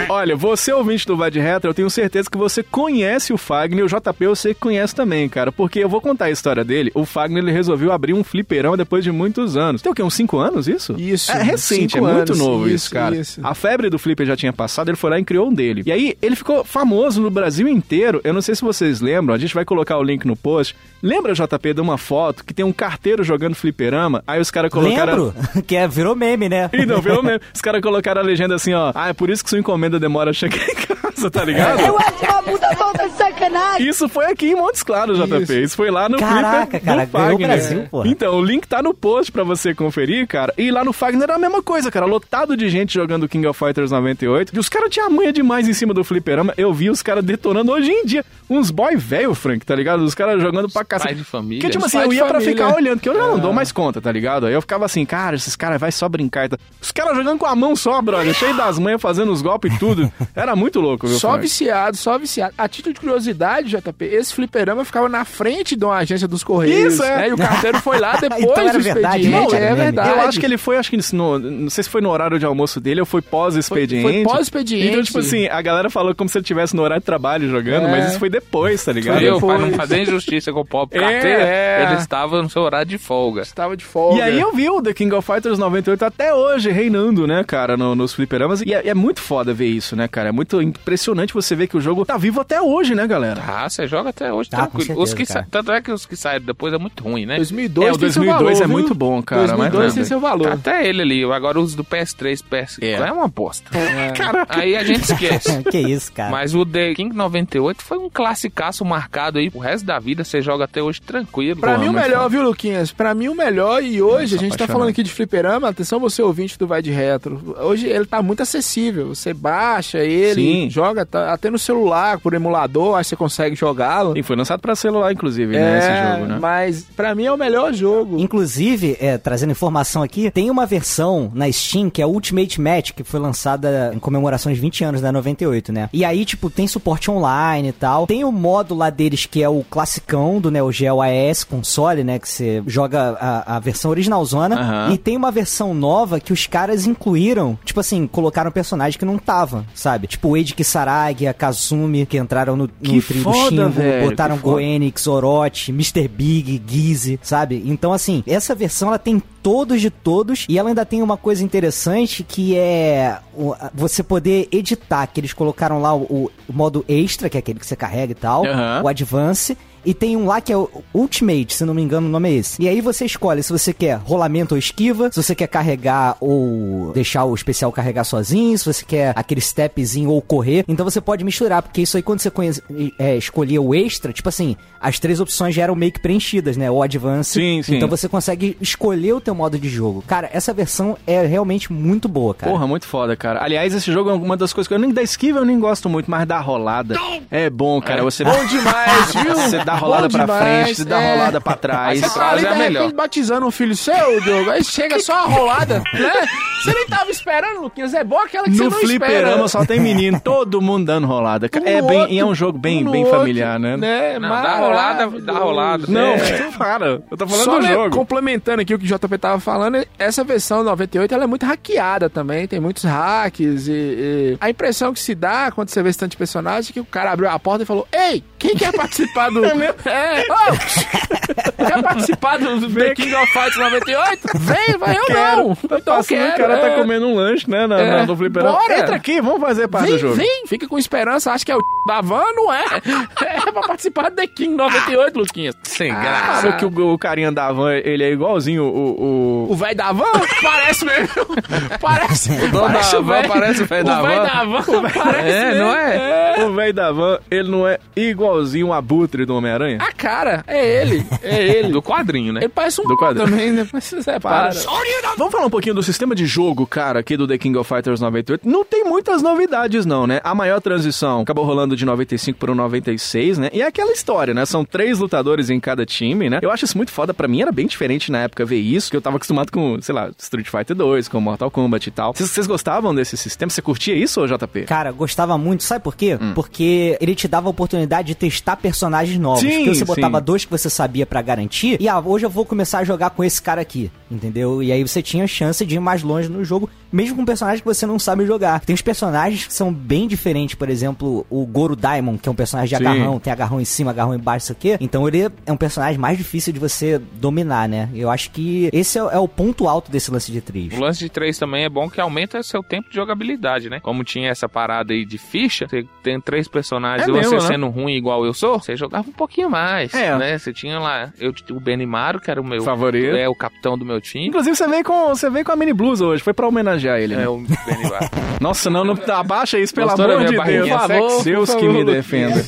é?
Olha, você ouvinte do Vai de Retro, eu tenho certeza que você conhece o Fagner e o JP eu sei que conhece também, cara. Porque eu vou contar a história dele. O Fagner ele resolveu abrir um fliperão depois de muitos anos. Tem o quê? Uns 5 anos isso?
Isso,
É recente, é
cinco
muito
anos,
novo isso,
isso,
cara.
isso.
A febre do flipper já tinha passado, ele foi lá e criou um dele. E aí ele ficou famoso no Brasil inteiro. Eu não sei se vocês lembram, a gente vai colocar o link no post. Lembra, JP, de uma foto que tem um carteiro jogando fliperama? Aí os caras colocaram.
Lembro <laughs> que é, virou meme, né?
E não, pelo menos. Os caras colocaram a legenda assim, ó. Ah, é por isso que sua encomenda demora a chegar em casa, tá ligado? Eu acho uma puta sacanagem. Isso foi aqui em Montes Claros, JP. Isso, foi lá no
Caraca,
Flipper do
cara, ganhou o
Fagner.
Brasil, porra.
Então, o link tá no post pra você conferir, cara. E lá no Fagner era a mesma coisa, cara. Lotado de gente jogando King of Fighters 98. E os caras tinham manha demais em cima do fliperama. Eu vi os caras detonando hoje em dia. Uns boy velho, Frank, tá ligado? Os caras jogando pra cacete.
Pai de família.
Porque, tipo assim,
Pai
eu
de
ia pra
família.
ficar olhando, que eu já não
Ah.
dou mais conta, tá ligado? Aí eu ficava assim, cara, esses caras vai só brincar. e tal. Os caras jogando com a mão só, brother, cheio das manhas, fazendo os golpes e tudo. Era muito louco, viu,
Só
Frank?
viciado, só viciado. A título de curiosidade, JP, esse fliperama ficava na frente de uma agência dos Correios.
Isso, é.
né? E o carteiro foi
<laughs>
lá depois
Então era
do
verdade,
expediente.
gente, era
é
meme.
verdade.
Eu acho que ele foi, acho que no, não sei se foi no horário de almoço dele ou foi
foi,
pós-expediente.
foi pós-expediente.
Então, tipo assim, a galera falou como se ele tivesse no horário de trabalho jogando,
É.
mas isso foi depois, tá ligado?
Entendeu? Pra
depois.
não fazer injustiça com o pobre
É,
carteiro,
é.
ele estava no seu horário de folga.
estava de folga.
E aí eu vi o The King of Fighters 98 até hoje reinando, né, cara, no- nos fliperamas. E é, é muito foda ver isso, né, cara? É muito impressionante você ver que o jogo tá vivo até hoje, né, galera?
Ah, você joga até hoje,
Tá,
tranquilo.
com certeza,
os que sa-
cara.
Tanto é que os que saíram depois é muito ruim, né?
2002
É, o
tem seu
2002
valor,
é
viu?
muito bom, cara, mas tá
2002 tem
também.
seu valor.
Até ele ali, agora os do PS3, PS5 é, uma bosta. Caraca. Aí a gente
<laughs>
esquece.
<laughs> que isso, cara.
Mas o The King 98 foi um classicaço marcado aí. O resto da vida você joga até hoje tranquilo.
Pra
Pô,
mim o
mas-
melhor, viu, Luquinhas? Pra mim o melhor, e
Nossa,
hoje a gente tá
tá- apaixonado.
falando aqui de fliperama, atenção você ouvinte do Vai de Retro. Hoje ele tá muito acessível, você baixa ele,
Sim.
joga tá- até no celular, por emulador, aí você consegue jogá-lo.
E foi lançado pra celular, inclusive,
É.
né, esse jogo, né?
mas pra mim é o melhor jogo.
Inclusive, é, trazendo informação aqui, tem uma versão na Steam que é Ultimate Match, que foi lançada em comemoração aos 20 anos da 98, né? E aí, tipo, tem suporte online e tal. Tem o modo lá deles que é o classicão do Neo Geo AES console, né? Que você joga a, a versão originalzona.
Aham.
E tem uma versão nova que os caras incluíram, tipo assim, colocaram personagens que não tava, sabe? Tipo o Eiji Kisaragi, a Kazumi, que entraram no, no
Que
trio do
foda,
Shingo,
velho,
botaram
que foda.
Goenix, Orochi, Mr. Big, Gizzy, sabe? Então, assim, essa versão ela tem todos de todos e ela ainda tem uma coisa interessante que é o- a- você poder editar, que eles colocaram lá o, o modo extra, que é aquele que você carrega e tal,
Aham.
o advance. E tem um lá que é o Ultimate, se não me engano o nome é esse. E aí você escolhe se você quer rolamento ou esquiva, se você quer carregar ou deixar o especial carregar sozinho, se você quer aquele stepzinho ou correr. Então você pode misturar, porque isso aí quando você conhece, é, escolher o extra, tipo assim, as três opções já eram meio que preenchidas, né? O advance.
Sim, sim.
Então você consegue escolher o teu modo de jogo. Cara, essa versão é realmente muito boa, cara.
Porra, muito foda, cara. Aliás, esse jogo é uma das coisas que eu nem da esquiva eu nem gosto muito, mas da rolada. É bom, cara. Você
Bom
<laughs>
demais, viu?
Você dá rolada
Bom
pra
demais,
frente, você dá
é.
rolada pra
Aí
trás.
você tá ali,
frase é
de
a melhor.
repente, batizando um filho seu, Diogo. Aí chega só
<laughs>
a rolada, né? Você nem tava esperando, Luquinhas. É bom aquela que você
No
não espera.
fliperama só tem
<laughs>
menino, todo mundo dando rolada.
Um
cara. é,
no
bem,
outro,
e é um jogo bem,
um no
bem
outro,
familiar, né?
né?
Não, dá rolada, dá rolada.
Não,
É.
<laughs>
para. Eu tô falando
Só
do
le-
jogo.
complementando aqui o que o JP tava falando, essa versão 98 ela é muito hackeada também, tem muitos hacks e, e- a impressão que se dá quando você vê esse tanto de personagem é que o cara abriu a porta e falou: "Ei, quem quer
<laughs>
participar do É, ô, quer participar do do The King of Fights 98? Vem, vai eu não. Então,
Tá passando, o cara tá comendo um lanche, né? Na,
É.
na- no fliperama.
Bora!
Entra aqui, vamos fazer parte do
Vem,
jogo.
vem, fica com esperança, acha que é o <laughs> da van, não é? <laughs> É pra participar do The King 98, Luquinhas.
Sem graça.
Claro Ah, que o, o carinha da van, ele é igualzinho o... o...
O velho da van? Parece mesmo. Parece. O
dono da van
véio-
parece o velho da
O velho
van.
da van parece.
É, não
mesmo.
é?
O velho da van, ele não é igualzinho o abutre do Homem-Aranha?
A cara, é ele. É ele.
<laughs> Do quadrinho, né?
Ele parece um
Do quadro.
também, né? Mas você para.
Vamos falar um pouquinho do sistema de jogo, cara, aqui do The King of Fighters 98. Não tem muitas novidades, não, né? A maior transição acabou rolando de 95 para o 96, né? E é aquela história, né? São três lutadores em cada time, né? Eu acho isso muito foda. Pra mim era bem diferente na época ver isso, que eu tava acostumado com, sei lá, Street Fighter 2, com Mortal Kombat e tal. Vocês- Vocês gostavam desse sistema? Você curtia isso, ô JP?
Cara, gostava muito, sabe por quê?
Hum.
Porque ele te dava a oportunidade de testar personagens novos.
Sim,
porque você
sim.
botava dois que você sabia pra garantir, e ah, hoje eu vou começar a jogar com esse cara aqui, entendeu? E aí você tinha chance de ir mais longe no jogo, mesmo com personagens que você não sabe jogar. Tem uns personagens que são bem diferentes, por exemplo, o Goro Daimon, que é um personagem de
Sim.
agarrão, tem agarrão em cima, agarrão embaixo, isso aqui. Então ele é um personagem mais difícil de você dominar, né? Eu acho que esse é, é o ponto alto desse lance de trios.
O lance de 3 também é bom que aumenta seu tempo de jogabilidade, né? Como tinha essa parada aí de ficha, você tem três personagens
É
e você
mesmo, né?
sendo ruim igual eu sou, você jogava um pouquinho mais,
É.
né? Você tinha lá eu, o Benimaro, que era o meu...
Favorito.
É, o capitão do meu time.
Inclusive, você veio com, você veio com a mini blusa hoje, foi pra homenagear ele. né?
É o Benimaro.
Nossa, não, não abaixa isso, pelo
Gostou da
amor
minha
de Deus.
barriguinha sexy?
Deus
Por
que me
favor,
defenda.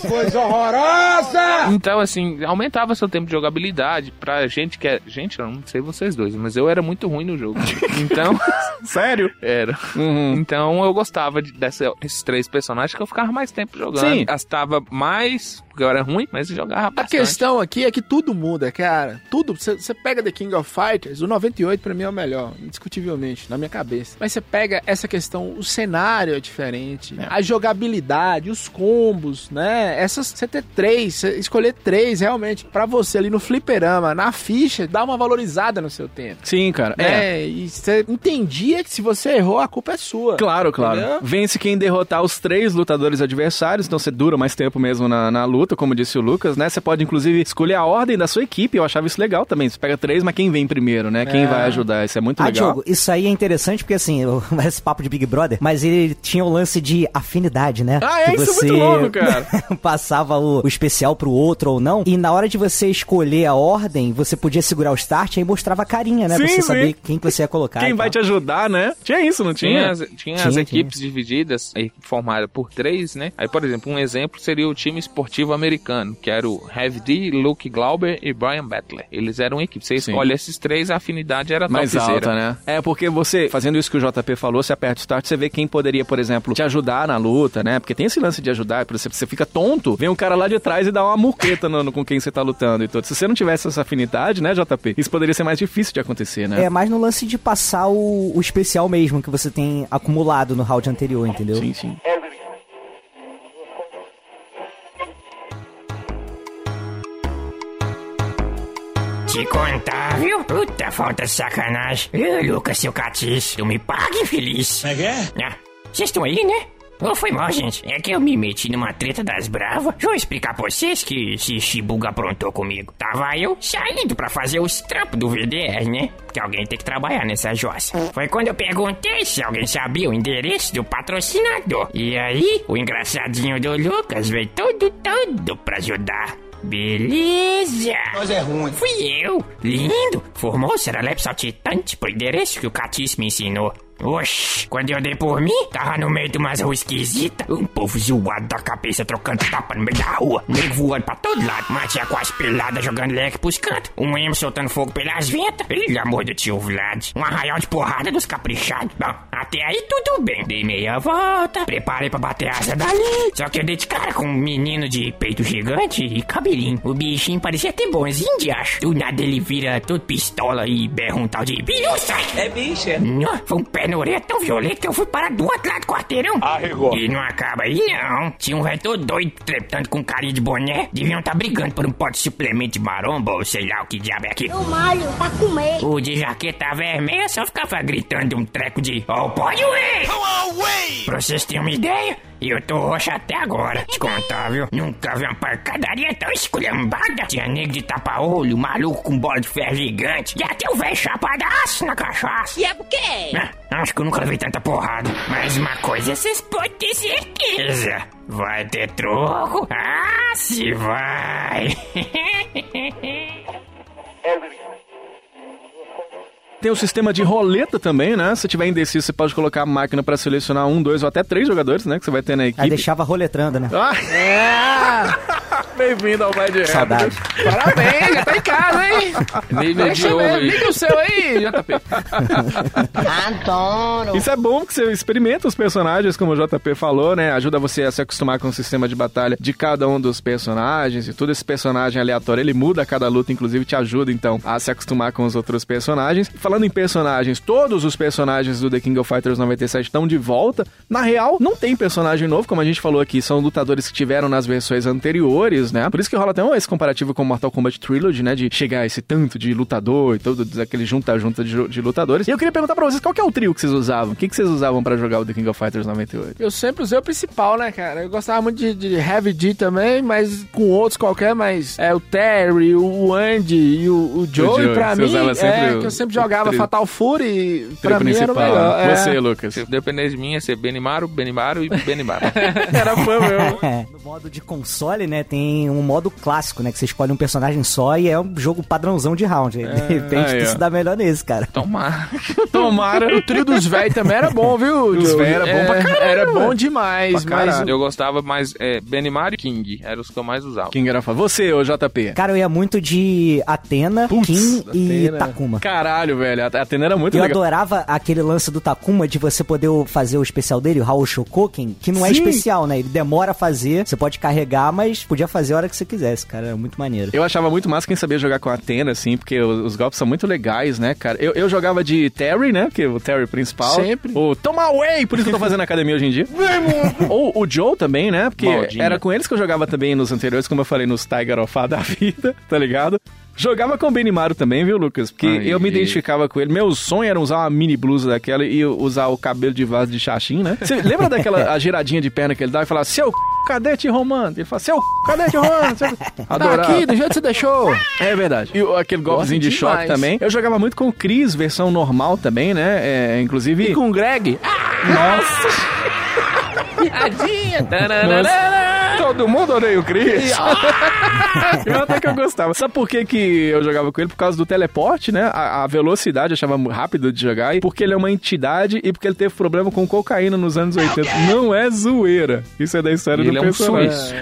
Então, assim, aumentava seu tempo de jogabilidade pra gente que é... Gente, eu não sei vocês dois, mas eu era muito ruim no jogo. Então...
<laughs> Sério?
Era.
Uhum.
Então eu gostava de, dessa- desses três personagens que eu ficava mais tempo jogando.
Sim.
Gastava mais porque eu era ruim, mas eu jogava
A
bastante.
questão aqui é que tudo muda, cara. Tudo. Você pega The King of Fighters, o 98 pra mim é o melhor, indiscutivelmente, na minha cabeça. Mas você pega essa questão, o cenário é diferente, a jogabilidade, os combos, né? Essas. Você ter três, cê escolher três realmente, pra você ali no fliperama, na ficha, dá uma valorizada no seu tempo.
Sim, cara. É.
É, e você entendia que se você errou, a culpa é sua.
Claro, claro.
Entendeu?
Vence quem derrotar os três lutadores adversários, então você dura mais tempo mesmo na, na luta, como disse o Lucas, né? Você pode, inclusive, escolher a ordem da sua equipe, eu achava isso legal também. Você pega três, mas quem vem primeiro, né? Quem vai ajudar, isso é muito
Ah,
legal.
Diogo, isso aí é interessante porque, assim, eu- <laughs> esse papo de Big Brother, mas ele tinha o lance de afinidade, né?
Ah, é?
que
Isso é muito louco, cara.
<laughs> passava o, o especial pro outro ou não, e na hora de você escolher a ordem, você podia segurar o start e aí mostrava a carinha, né? pra
Sim,
você
sim.
saber quem que você ia colocar.
Quem
e
vai te
tal.
ajudar, né? Tinha isso, não tá, tinha?
Tinha as, tinha
Tinha,
as
tinha.
equipes divididas, a equipe formada por três, né? Aí, por exemplo, um exemplo seria o time esportivo americano, que era o Heavy D, Luke Glauber e Brian Butler. Eles eram uma equipe. Você
Sim.
escolhe esses três, a afinidade era
mais
topzera.
alta, né? É, porque você, fazendo isso que o JP falou, você aperta o start, você vê quem poderia, por exemplo, te ajudar na luta, né? Porque tem esse lance de ajudar, por exemplo, você fica tonto, vem um cara lá de trás e dá uma muqueta no, no- com quem você tá lutando e tudo. Se você não tivesse essa afinidade, né, JP, isso poderia ser mais difícil de acontecer, né?
É mais no lance de passar o, o especial mesmo que você tem acumulado no round anterior, entendeu?
Sim, sim.
Te contar, viu? Puta falta de sacanagem. Ô, Lucas, seu catiço, tu me paga infeliz. É que Vocês estão aí, né? Ô, foi mal, gente. É que eu me meti numa treta das bravas. Deixa eu explicar pra vocês que esse Shibuga aprontou comigo. Tava eu saindo pra fazer os trampos do VDR, né? Porque alguém tem que trabalhar nessa jossa. Foi quando eu perguntei se alguém sabia o endereço do patrocinador. E aí, o engraçadinho do Lucas veio todo, todo pra ajudar. Beleza! Nós é ruim. Fui eu! Lindo! Formou o serelepe saltitante pro endereço que o Catis me ensinou. Oxi, quando eu dei por mim, tava no meio de umas ruas esquisitas. Um povo zoado da cabeça trocando tapa no meio da rua. Nego voando pra todo lado. Matia com as peladas jogando leque pros cantos. Um emo soltando fogo pelas ventas. Pelo amor do tio Vlad. Um arraial de porrada dos caprichados. Bom, até aí tudo bem. Dei meia volta, preparei pra bater asa dali. Só que eu dei de cara com um menino de peito gigante e cabelinho. O bichinho parecia até bonzinho de acho. Do nada ele vira todo pistola e berra um tal de Bilu, sai! É bicha. Foi um pé na orelha tão violento que eu fui parar do outro lado do quarteirão. Arregou. E não acaba aí, não. Tinha um velho todo doido treptando com carinha de boné. Deviam estar brigando por um pote de suplemento de maromba ou sei lá o que diabo é aqui.
Eu malho pra comer.
O de jaqueta vermelha só ficava gritando um treco de Oh, pode ir! Pra vocês terem uma ideia, eu tô roxo até agora. Te contar, viu? Nunca vi uma pancadaria tão esculhambada. Tinha nego de tapa-olho, maluco com bola de ferro gigante. E até o velho chapadaço na cachaça. E é por quê? acho que eu nunca vi tanta porrada. Mas uma coisa é vocês podem ter certeza. Vai ter troco? Ah, se vai! <laughs>
Tem o sistema de roleta também, né? Se tiver indeciso, você pode colocar a máquina pra selecionar um, dois ou até três jogadores, né? Que você vai ter na
Aí
equipe.
deixava roletrando, né?
Ah, <laughs> bem-vindo ao Vai de Reto.
Saudade.
Parabéns, já tá em casa, hein?
Nível de
Deixa eu
ouro
ver,
aí.
liga o seu aí, JP.
Adoro.
Isso é bom porque você experimenta os personagens, como o JP falou, né? Ajuda você a se acostumar com o sistema de batalha de cada um dos personagens e todo esse personagem aleatório, ele muda a cada luta, inclusive te ajuda então a se acostumar com os outros personagens. Falando em personagens, todos os personagens do The King of Fighters 97 estão de volta. Na real, não tem personagem novo, como a gente falou aqui, são lutadores que tiveram nas versões anteriores, né? Por isso que rola até um- esse comparativo com Mortal Kombat Trilogy, né? De chegar esse tanto de lutador e todo aquele junta-junta de, ju- de lutadores. E eu queria perguntar pra vocês, qual que é o trio que vocês usavam? O que, que vocês usavam pra jogar o The King of Fighters 98?
Eu sempre usei o principal, né, cara? Eu gostava muito de, de Heavy D também, mas com outros qualquer, mas é o Terry, o Andy e o, o Joey,
Joey,
pra
você
mim,
usava sempre
é,
o-
que eu sempre
o
jogava
trio-
Fatal Fury,
Trio
pra mim era o melhor.
né?
é.
Você,
<laughs>
Lucas.
Se dependesse de mim, ia ser Benimaru, Benimaru e
<laughs>
Benimaru.
Era fã meu.
No modo de console, né, tem um modo clássico, né, que você escolhe um personagem só e é um jogo padrãozão de round. De repente,
É, Aí,
tu
ó.
se dá melhor nesse, cara.
Tomar.
Tomara. O trio dos velhos também era bom, viu?
Os
Joey?
velhos era bom pra
É,
caralho,
Era bom
velho.
demais,
Pra
mas
caralho.
Eu gostava mais é, Benimaru e King. Eram os que eu mais usava.
Quem era fã? Você, ô JP.
Cara, eu ia muito de Atena,
Putz,
Kim e
Atena.
Takuma.
Caralho, velho. A Atena era muito
Eu
legal.
adorava aquele lance do Takuma de você poder o- fazer o especial dele, o Raul Shokoken, que não é
Sim.
especial, né? Ele demora a fazer, você pode carregar, mas podia fazer a hora que você quisesse, cara. Era muito maneiro.
Eu achava muito massa quem sabia jogar com a Atena, assim, porque os, os golpes são muito legais, né, cara? Eu, eu jogava de Terry, né? Porque o Terry principal.
Sempre.
O Toma Away, por isso que eu tô fazendo academia hoje em dia. Ou o Joe também, né? Porque
Maldinha.
era com eles que eu jogava também nos anteriores, como eu falei, nos Tiger of A da <laughs> vida, tá ligado? Jogava com o Benimaru também, viu, Lucas? Porque
Aí.
eu me identificava com ele. Meu sonho era usar uma mini blusa daquela e usar o cabelo de vaso de xaxim, né? Você lembra daquela a giradinha de perna que ele dava e falava, seu c... cadete romano? Ele falava, seu c... cadete romano? Seu... Adorava.
Tá aqui, do jeito que você deixou.
É verdade. E o- aquele golpezinho de
Gosto demais.
choque também. Eu jogava muito com o Chris, versão normal também, né? É, inclusive...
E com o Greg.
Nossa!
Piadinha!
Todo mundo odeia o Chris. <laughs> Eu até que eu gostava. Sabe por que, que eu jogava com ele? Por causa do teleporte, né? A, a velocidade eu achava mu- rápido de jogar. E porque ele é uma entidade e porque ele teve problema com cocaína nos anos 80. Não é zoeira. Isso é da história
Ele
do
é um
personagem.
suíço.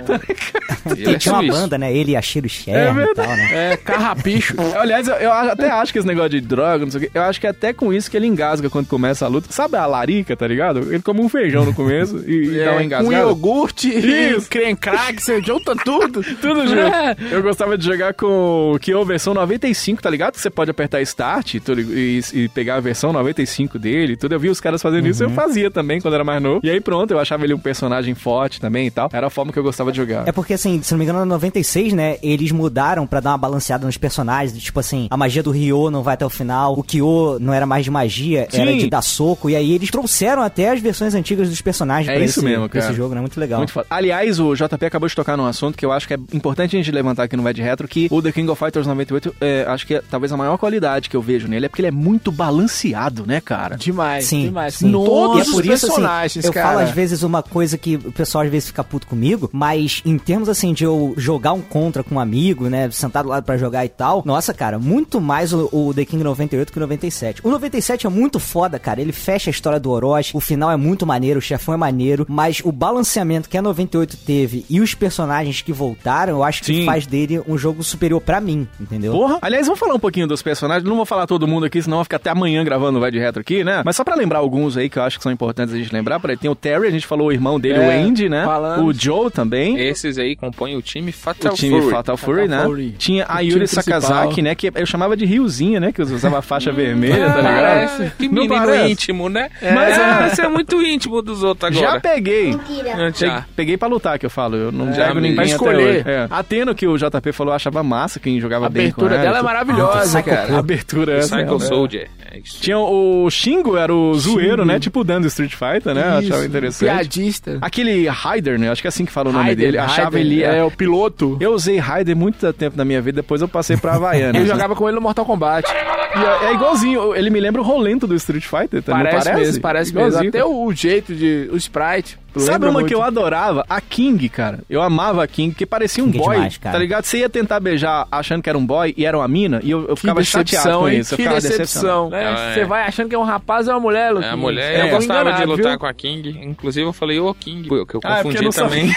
Ele tinha uma banda, né? Ele e a Cheiro
É
Sherman e tal, né?
verdade. É, carrapicho. Aliás, eu, eu até acho que esse negócio de droga, não sei o quê, eu acho que é até com isso que ele engasga quando começa a luta. Sabe a larica, tá ligado? Ele come um feijão no começo <laughs> e, e
É,
dá um uma
com
engasgada.
iogurte,
Isso.
<laughs> creme crack, você junta tudo.
Tudo junto. <laughs> Eu gostava de jogar com é o Kyo versão 95, tá ligado? Que você pode apertar Start e, tudo- e- e pegar a versão 95 dele e tudo. Eu vi os caras fazendo isso, eu fazia também quando era mais novo. E aí pronto, eu achava ele um personagem forte também e tal. Era a forma que eu gostava de jogar.
É porque, assim, se não me engano, no 96, né? Eles mudaram pra dar uma balanceada nos personagens. Tipo assim, a magia do Ryo não vai até o final. O Kyo não era mais de magia, era
Sim.
de dar soco. E aí eles trouxeram até as versões antigas dos personagens
É
pra
isso
esse,
mesmo,
pra
cara.
esse jogo, né? Muito legal.
Muito foda. Aliás, o JP acabou de tocar num assunto que eu acho que é importante a gente levantar aqui no Vai de Retro, que o The King of Fighters 98, é, acho que é, talvez a maior qualidade que eu vejo nele é porque ele é muito balanceado, né, cara?
<laughs> Demais,
Sim,
demais.
sim.
Todos
E é por
os
isso,
personagens,
assim, eu
cara.
falo às vezes uma coisa que o pessoal às vezes fica puto comigo, mas em termos assim de eu jogar um contra com um amigo, né, sentado lá pra jogar e tal, nossa, cara, muito mais o, o The King 98 que o 97. O 97 é muito foda, cara, ele fecha a história do Orochi, o final é muito maneiro, o chefão é maneiro, mas o balanceamento que a 98 teve e os personagens que voltaram, eu acho que
Sim.
faz dele um jogo superior pra mim, entendeu?
Porra! Aliás, vamos falar um pouquinho dos personagens. Não vou falar todo mundo aqui, senão vai ficar até amanhã gravando o Vai de Retro aqui, né? Mas só pra lembrar alguns aí que eu acho que são importantes a gente lembrar. Por aí tem o Terry, a gente falou o irmão dele,
É,
o Andy, né?
falamos.
O Joe também.
Esses aí compõem o time
O
Fatal
time
Fury.
Fatal Fury, né?
Fury.
Tinha a
O time
Yuri
principal.
Sakazaki, né? Que eu chamava de Riozinha, né? Que usava a faixa vermelha, tá ligado?
Parece, que
Não
menino
parece?
íntimo, né?
Mas
Mas
é.
é, você é muito íntimo dos outros
Já
agora. Ah,
peguei. Pe-
Já.
Peguei pra lutar, que eu falo. Eu não
Já
pego ninguém
pra
até
É, escolher.
hoje. É. Ateno, que o JP falou, eu achava massa quem jogava
A abertura
bem com ela. <laughs>
dela é maravilhosa,
Psycho
cara.
A abertura é essa.
Cycle
né?
Soldier. É isso.
Tinha o Shingo, era o zoeiro, né? Tipo o Dan do Street Fighter, né? Eu achava
Isso,
interessante.
Piadista.
Aquele Raider, né? Acho que é assim que fala o nome
Raiden,
dele. Achava
Raiden,
ele.
É, o piloto.
Eu usei Raider muito tempo na minha vida, depois eu passei pra Havaiana.
<laughs> Eu jogava com ele no Mortal Kombat.
É, é igualzinho, ele me lembra o Rolento do Street Fighter também.
Parece,
parece
mesmo, parece mesmo.
Igualzinho.
Até o, o jeito de. O sprite.
Sabe
lembra
uma
muito.
que eu adorava? A King, cara. Eu amava a King, porque parecia um
King é
boy,
demais, cara.
tá ligado? Você ia tentar beijar achando que era um boy e era uma mina, e eu, eu ficava chateado com
hein?
isso. Eu
Que
ficava decepcionado.
decepção.
decepcionado.
né?
É.
Você vai achando que é um rapaz ou uma mulher, Luquinhos.
É, a mulher,
É,
eu gostava de
enganado,
lutar
viu?
com a King. Inclusive, eu falei, ô King, que eu que eu
Ah, é porque eu
confundi
não
também.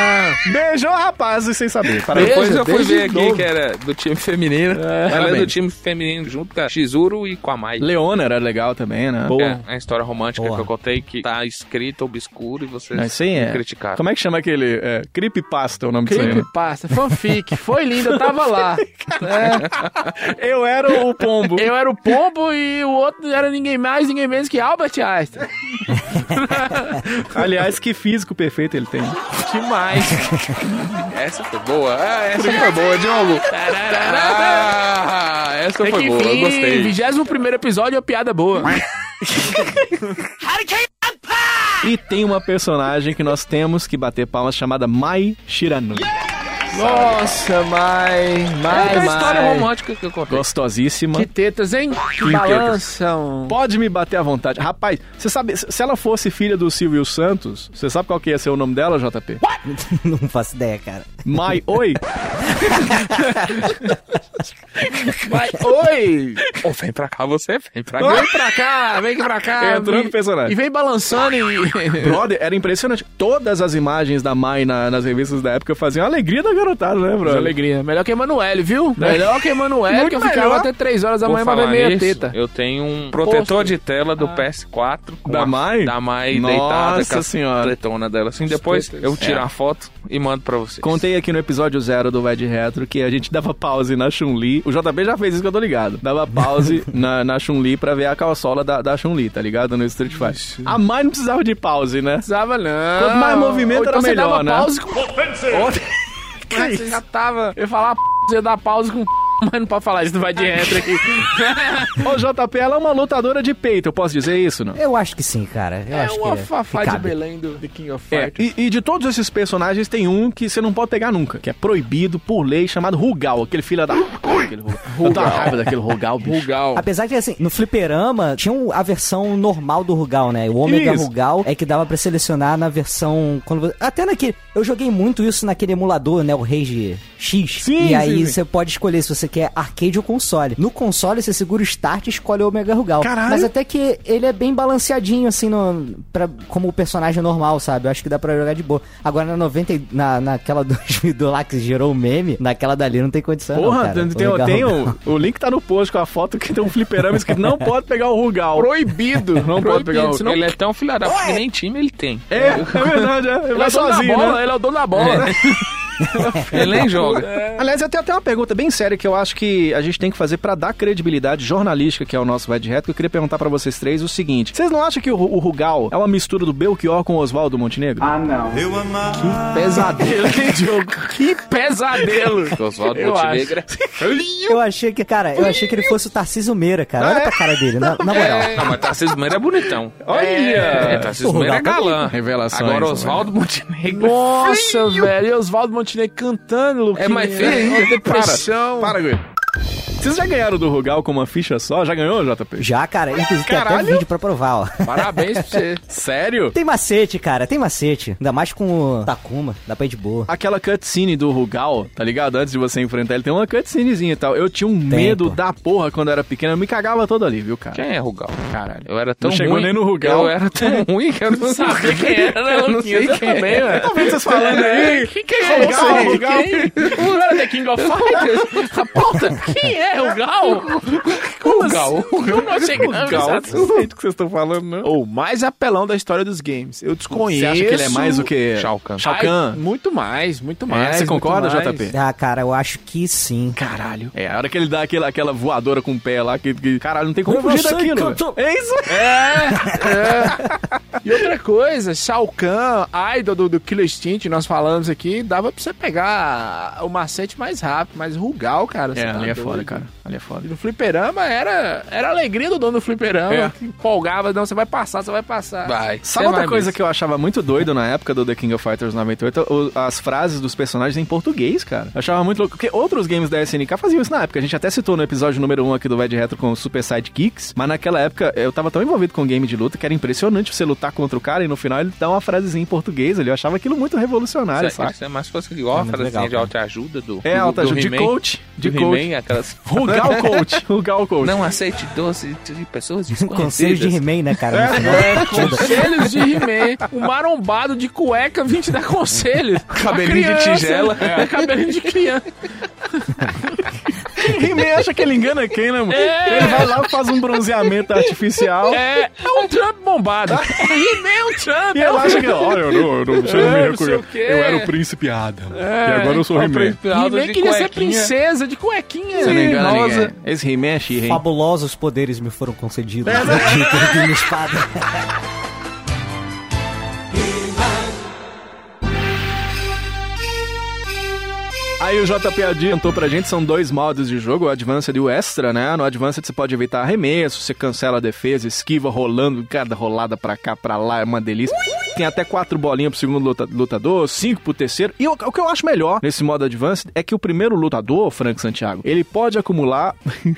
<laughs> Beijou o rapaz e sem saber. Parabéns.
<laughs> Depois
Beijo,
eu fui
beijo
ver
de
aqui
novo.
que era do time feminino. Ela é
parabéns.
do time feminino junto com a Shizuru e com a Mai.
Leona era legal também, né?
É, a história romântica
Boa.
que eu contei que tá escrita, obscura e vocês
Não, isso aí é.
criticaram.
Como é que chama aquele? É, Creepypasta é o nome disso aí, né?
Creepypasta, fanfic. Foi lindo, eu tava
<laughs>
lá.
Eu era o pombo.
<laughs> Eu era o Pombo e o outro era ninguém mais, ninguém menos que Albert Einstein.
Aliás, que físico perfeito ele tem.
Demais.
Essa foi boa. Ah, essa foi boa, Diogo. Ah, essa
Tem
foi
que
boa, eu
vir.
gostei.
21 episódio é piada boa.
E tem uma personagem que nós temos que bater palmas chamada Mai Shiranui.
Nossa, mãe.
É
Mai,
a história
Mai.
romântica que eu contei.
Gostosíssima.
Que tetas, hein? Que balançam.
Pode me bater à vontade. Rapaz, você sabe, se ela fosse filha do Silvio Santos, você sabe qual que ia ser o nome dela, JP?
Não faço ideia, cara.
Mai Oi?
Vai. <laughs> Oi!
Ô, vem pra cá, você vem pra cá.
Vem pra cá, vem pra <laughs> cá.
Entrou no
E-
personagem.
E vem balançando e... <laughs>
Brother, era impressionante. Todas as imagens da Mai na- nas revistas da época faziam a alegria da garotada, né, brother?
alegria. Melhor que Emanuele, viu? Melhor que Emanuele,
Muito
Né? que eu ficava
melhor.
até 3 horas da
Vou
manhã pra ver
falar
meia
nisso,
teta.
Eu tenho um Ah. protetor de tela do PS4 com
Da
a-
Mai?
da Mai
Nossa
deitada com a
Senhora. É.
tretona dela. Assim, depois eu tiro a foto e mando pra vocês.
Contei aqui no episódio zero do Vai de Retro que a gente dava pause na Chun-Li. O JB já fez isso que eu tô ligado. Dava pause na, na Chun-Li pra ver a calçola da, da Chun-Li, tá ligado? No Street Fighter. A mãe não precisava de pause, né?
Precisava não.
Quanto mais movimento,
Ou então
era
você
melhor,
dava
né?
Pause com... <laughs> Ah, você já tava. Eu ia falar, "P***", você ia dar pause com. p***", Mas não pode falar isso, não vai de retro aqui.
Ô, JP, ela é uma lutadora de peito, eu posso dizer isso, não?
Eu acho que sim, cara. Eu
é
acho
uma
que
fafá
que
de
cabe.
Belém do The King of
É,
Fighters.
e, e de todos esses personagens tem um que você não pode pegar nunca, que é proibido por lei, chamado Rugal, aquele filho da. Aquele Rugal. Eu tenho uma raiva daquele Rugal, bicho.
Rugal.
Apesar que, assim, no fliperama tinha um- a versão normal do Rugal, né? O Omega
Isso.
Rugal é que dava pra selecionar na versão. Quando... você- Até naquele. Eu joguei muito isso naquele emulador, né? O Rage X.
Sim,
e aí
sim, sim.
você pode escolher se você quer arcade ou console. No console você segura o start e escolhe o Omega Rugal.
Caralho.
Mas até que ele é bem balanceadinho, assim, no, pra, como o personagem normal, sabe? Eu acho que dá pra jogar de boa. Agora na 90. e- Na, naquela <laughs> 2000 lá que gerou o meme, naquela dali não tem condição. não,
Porra,
cara.
tem, tem-
Omega
tem
Rugal.
o, o link tá no post com a foto que tem um fliperama escrito não pode pegar o Rugal.
Proibido.
<laughs> Não pode pegar o...
Ele é tão filha da porque nem time ele tem.
É, é verdade, é.
Ele
Vai
é, o dono da
sozinho,
bola,
né?
ele é o dono da bola.
Ele <laughs> nem joga.
É. Aliás, eu tenho até uma pergunta bem séria que eu acho que a gente tem que fazer pra dar credibilidade jornalística, que é o nosso Vai de Reto, que eu queria perguntar pra vocês três o seguinte. Vocês não acham que o, o Rugal é uma mistura do Belchior com o Oswaldo Montenegro? Ah,
Eu amava.
Pesadelo, que jogo. Que pesadelo.
Oswaldo
Eu acho.
Montenegro.
Eu achei que, cara, eu achei que ele fosse o Tarcísio Meira, cara. Olha pra cara dele, na, na moral.
Não, mas Tarcísio Meira é bonitão.
Olha!
É, Tarcísio
Porra,
Meira
dá
é
tá
pra
galã. né?
Revelações,
Agora
mano.
Oswaldo Montenegro.
Nossa, velho. E Oswaldo Montenegro cantando, Luquinha.
É mais feio ainda.
Depressão.
Para, Gui. Vocês já ganharam do Rugal com uma ficha só? Já ganhou, JP?
Já, cara, inclusive tem até um
Caralho!
vídeo pra provar, ó. <laughs>
Parabéns pra <laughs> você.
Sério?
Tem macete, cara, tem macete. Ainda mais com o Takuma, dá pra ir de boa.
Aquela cutscene do Rugal, tá ligado? Antes de você enfrentar ele, tem uma cutscenezinha e tal. Eu tinha um
Tem,
medo
pô.
da porra quando eu era pequeno. Eu me cagava todo ali, viu, cara?
Quem é Rugal? Caralho. Eu era tão
Não chegou
ruim.
nem no Rugal.
Eu era tão ruim que eu não sabia quem era. Eu não sei quem era.
Eu tô Tá vendo vocês
<laughs>
falando aí.
Quem que é
Rugal,
Rugal?
Rugal?
Quem? Não era The King of Fighters? A pauta. Quem é Rugal? Rugal. Eu não cheguei
Rugal, não sei do que vocês estão falando, não.
O mais apelão da história dos games. Eu desconheço.
Você acha que ele é mais o que?
Shao Kahn.
Shao Kahn. É,
Ai, muito mais, muito mais.
você
muito
concorda,
mais.
JP?
Ah, cara, eu acho que sim.
Caralho. É, a hora que ele dá aquela, aquela voadora com o pé lá, que, que- caralho, não tem como
Eu
fugir
sei que
daquilo.
eu tô-
velho.
<laughs>
É isso?
é. E outra coisa, Shao Kahn, idol do, do Killer Instinct, nós falamos aqui, dava pra você pegar o macete mais rápido, mas Rugal, cara. você
É,
tá
ali é
doido.
foda, cara. Ali é foda.
E no fliperama era, era a alegria do dono do fliperama,
É.
que empolgava, não, você vai passar, você vai passar.
Vai.
Sabe
É
Você
outra
vai
coisa
mesmo.
que eu achava muito doido na época do The King of Fighters 98? O- as frases dos personagens em português, cara. Eu achava muito louco. Porque outros games da SNK faziam isso na época. A gente até citou no episódio número 1 aqui do Vai de Retro com o Super Sidekicks. Mas naquela época eu tava tão envolvido com game de luta que era impressionante você lutar contra o cara e no final ele dá uma frasezinha em português ali. Eu achava aquilo muito revolucionário,
Isso é-
sabe?
Isso é mais coisa que igual
É
a
muito
frasinha
legal,
de
cara.
autoajuda do.
É,
do-
alta
do
ajuda. De
He-Man.
coach. De
Do
coach.
He-Man, aquelas.
Rugal coach. Rugal coach.
<laughs> Não aceite doce de
<laughs>
pessoas
Conselho de
desconhecidas.
He-Man, né, cara? No final.
É, conselhos de He-Man, um marombado de cueca vindo te dar
<laughs>
conselho.
Cabelinho
Uma
de
criança,
tigela.
É. Cabelinho de criança.
He-Man acha que ele engana quem, né, mano?
É.
Ele vai lá, faz um bronzeamento artificial.
É, é um Trump bombado. <laughs> He-Man é um Trump.
E
é um
ela acha que, olha, eu não, eu não, você não
É,
me
não sei
recolheu.
o quê.
Eu era o príncipe Adam.
É.
e É, agora eu sou
Ó,
He-Man.
príncipe Aldo
He-Man
de
queria ser
cuequinha.
princesa de cuequinha.
Você não
Ih,
engana
nossa.
ninguém. Esse He-Man é She-He.
Fabulosos poderes me foram concedidos. <laughs> Tipo, Eu tenho minha espada.
Aí o JP adiantou então pra gente, são dois modos de jogo, o Advanced e o Extra, né? No Advanced você pode evitar arremesso, você cancela a defesa, esquiva rolando, cada rolada pra cá, pra lá, é uma delícia. Tem até quatro bolinhas pro segundo luta- lutador, cinco pro terceiro. E o, o que eu acho melhor nesse modo Advanced é que o primeiro lutador, Frank Santiago, ele pode acumular... <laughs>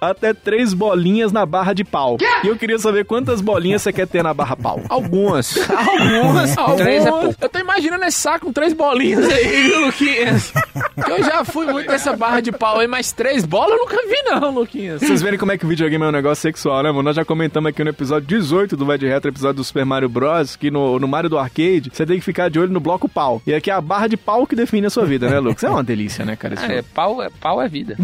até três bolinhas na barra de pau. E eu queria saber quantas bolinhas você quer ter na barra pau. <laughs> Algumas.
<laughs> Algumas,
Três
algumas.
é pouco.
Eu tô imaginando esse saco com três bolinhas aí, viu, Luquinhas. Eu já fui muito nessa barra de pau aí, mas três bolas eu nunca vi, não, Luquinhas.
Vocês verem como é que o videogame é um negócio sexual, né, mano? Nós já comentamos aqui no episódio 18 do Vai de Retro, episódio do Super Mario Bros, que no, no Mario do Arcade, você tem que ficar de olho no bloco pau. E aqui é a barra de pau que define a sua vida, né, Lucas? É uma delícia, né, cara? esse
<laughs> É,
jogo.
pau, é, pau é vida.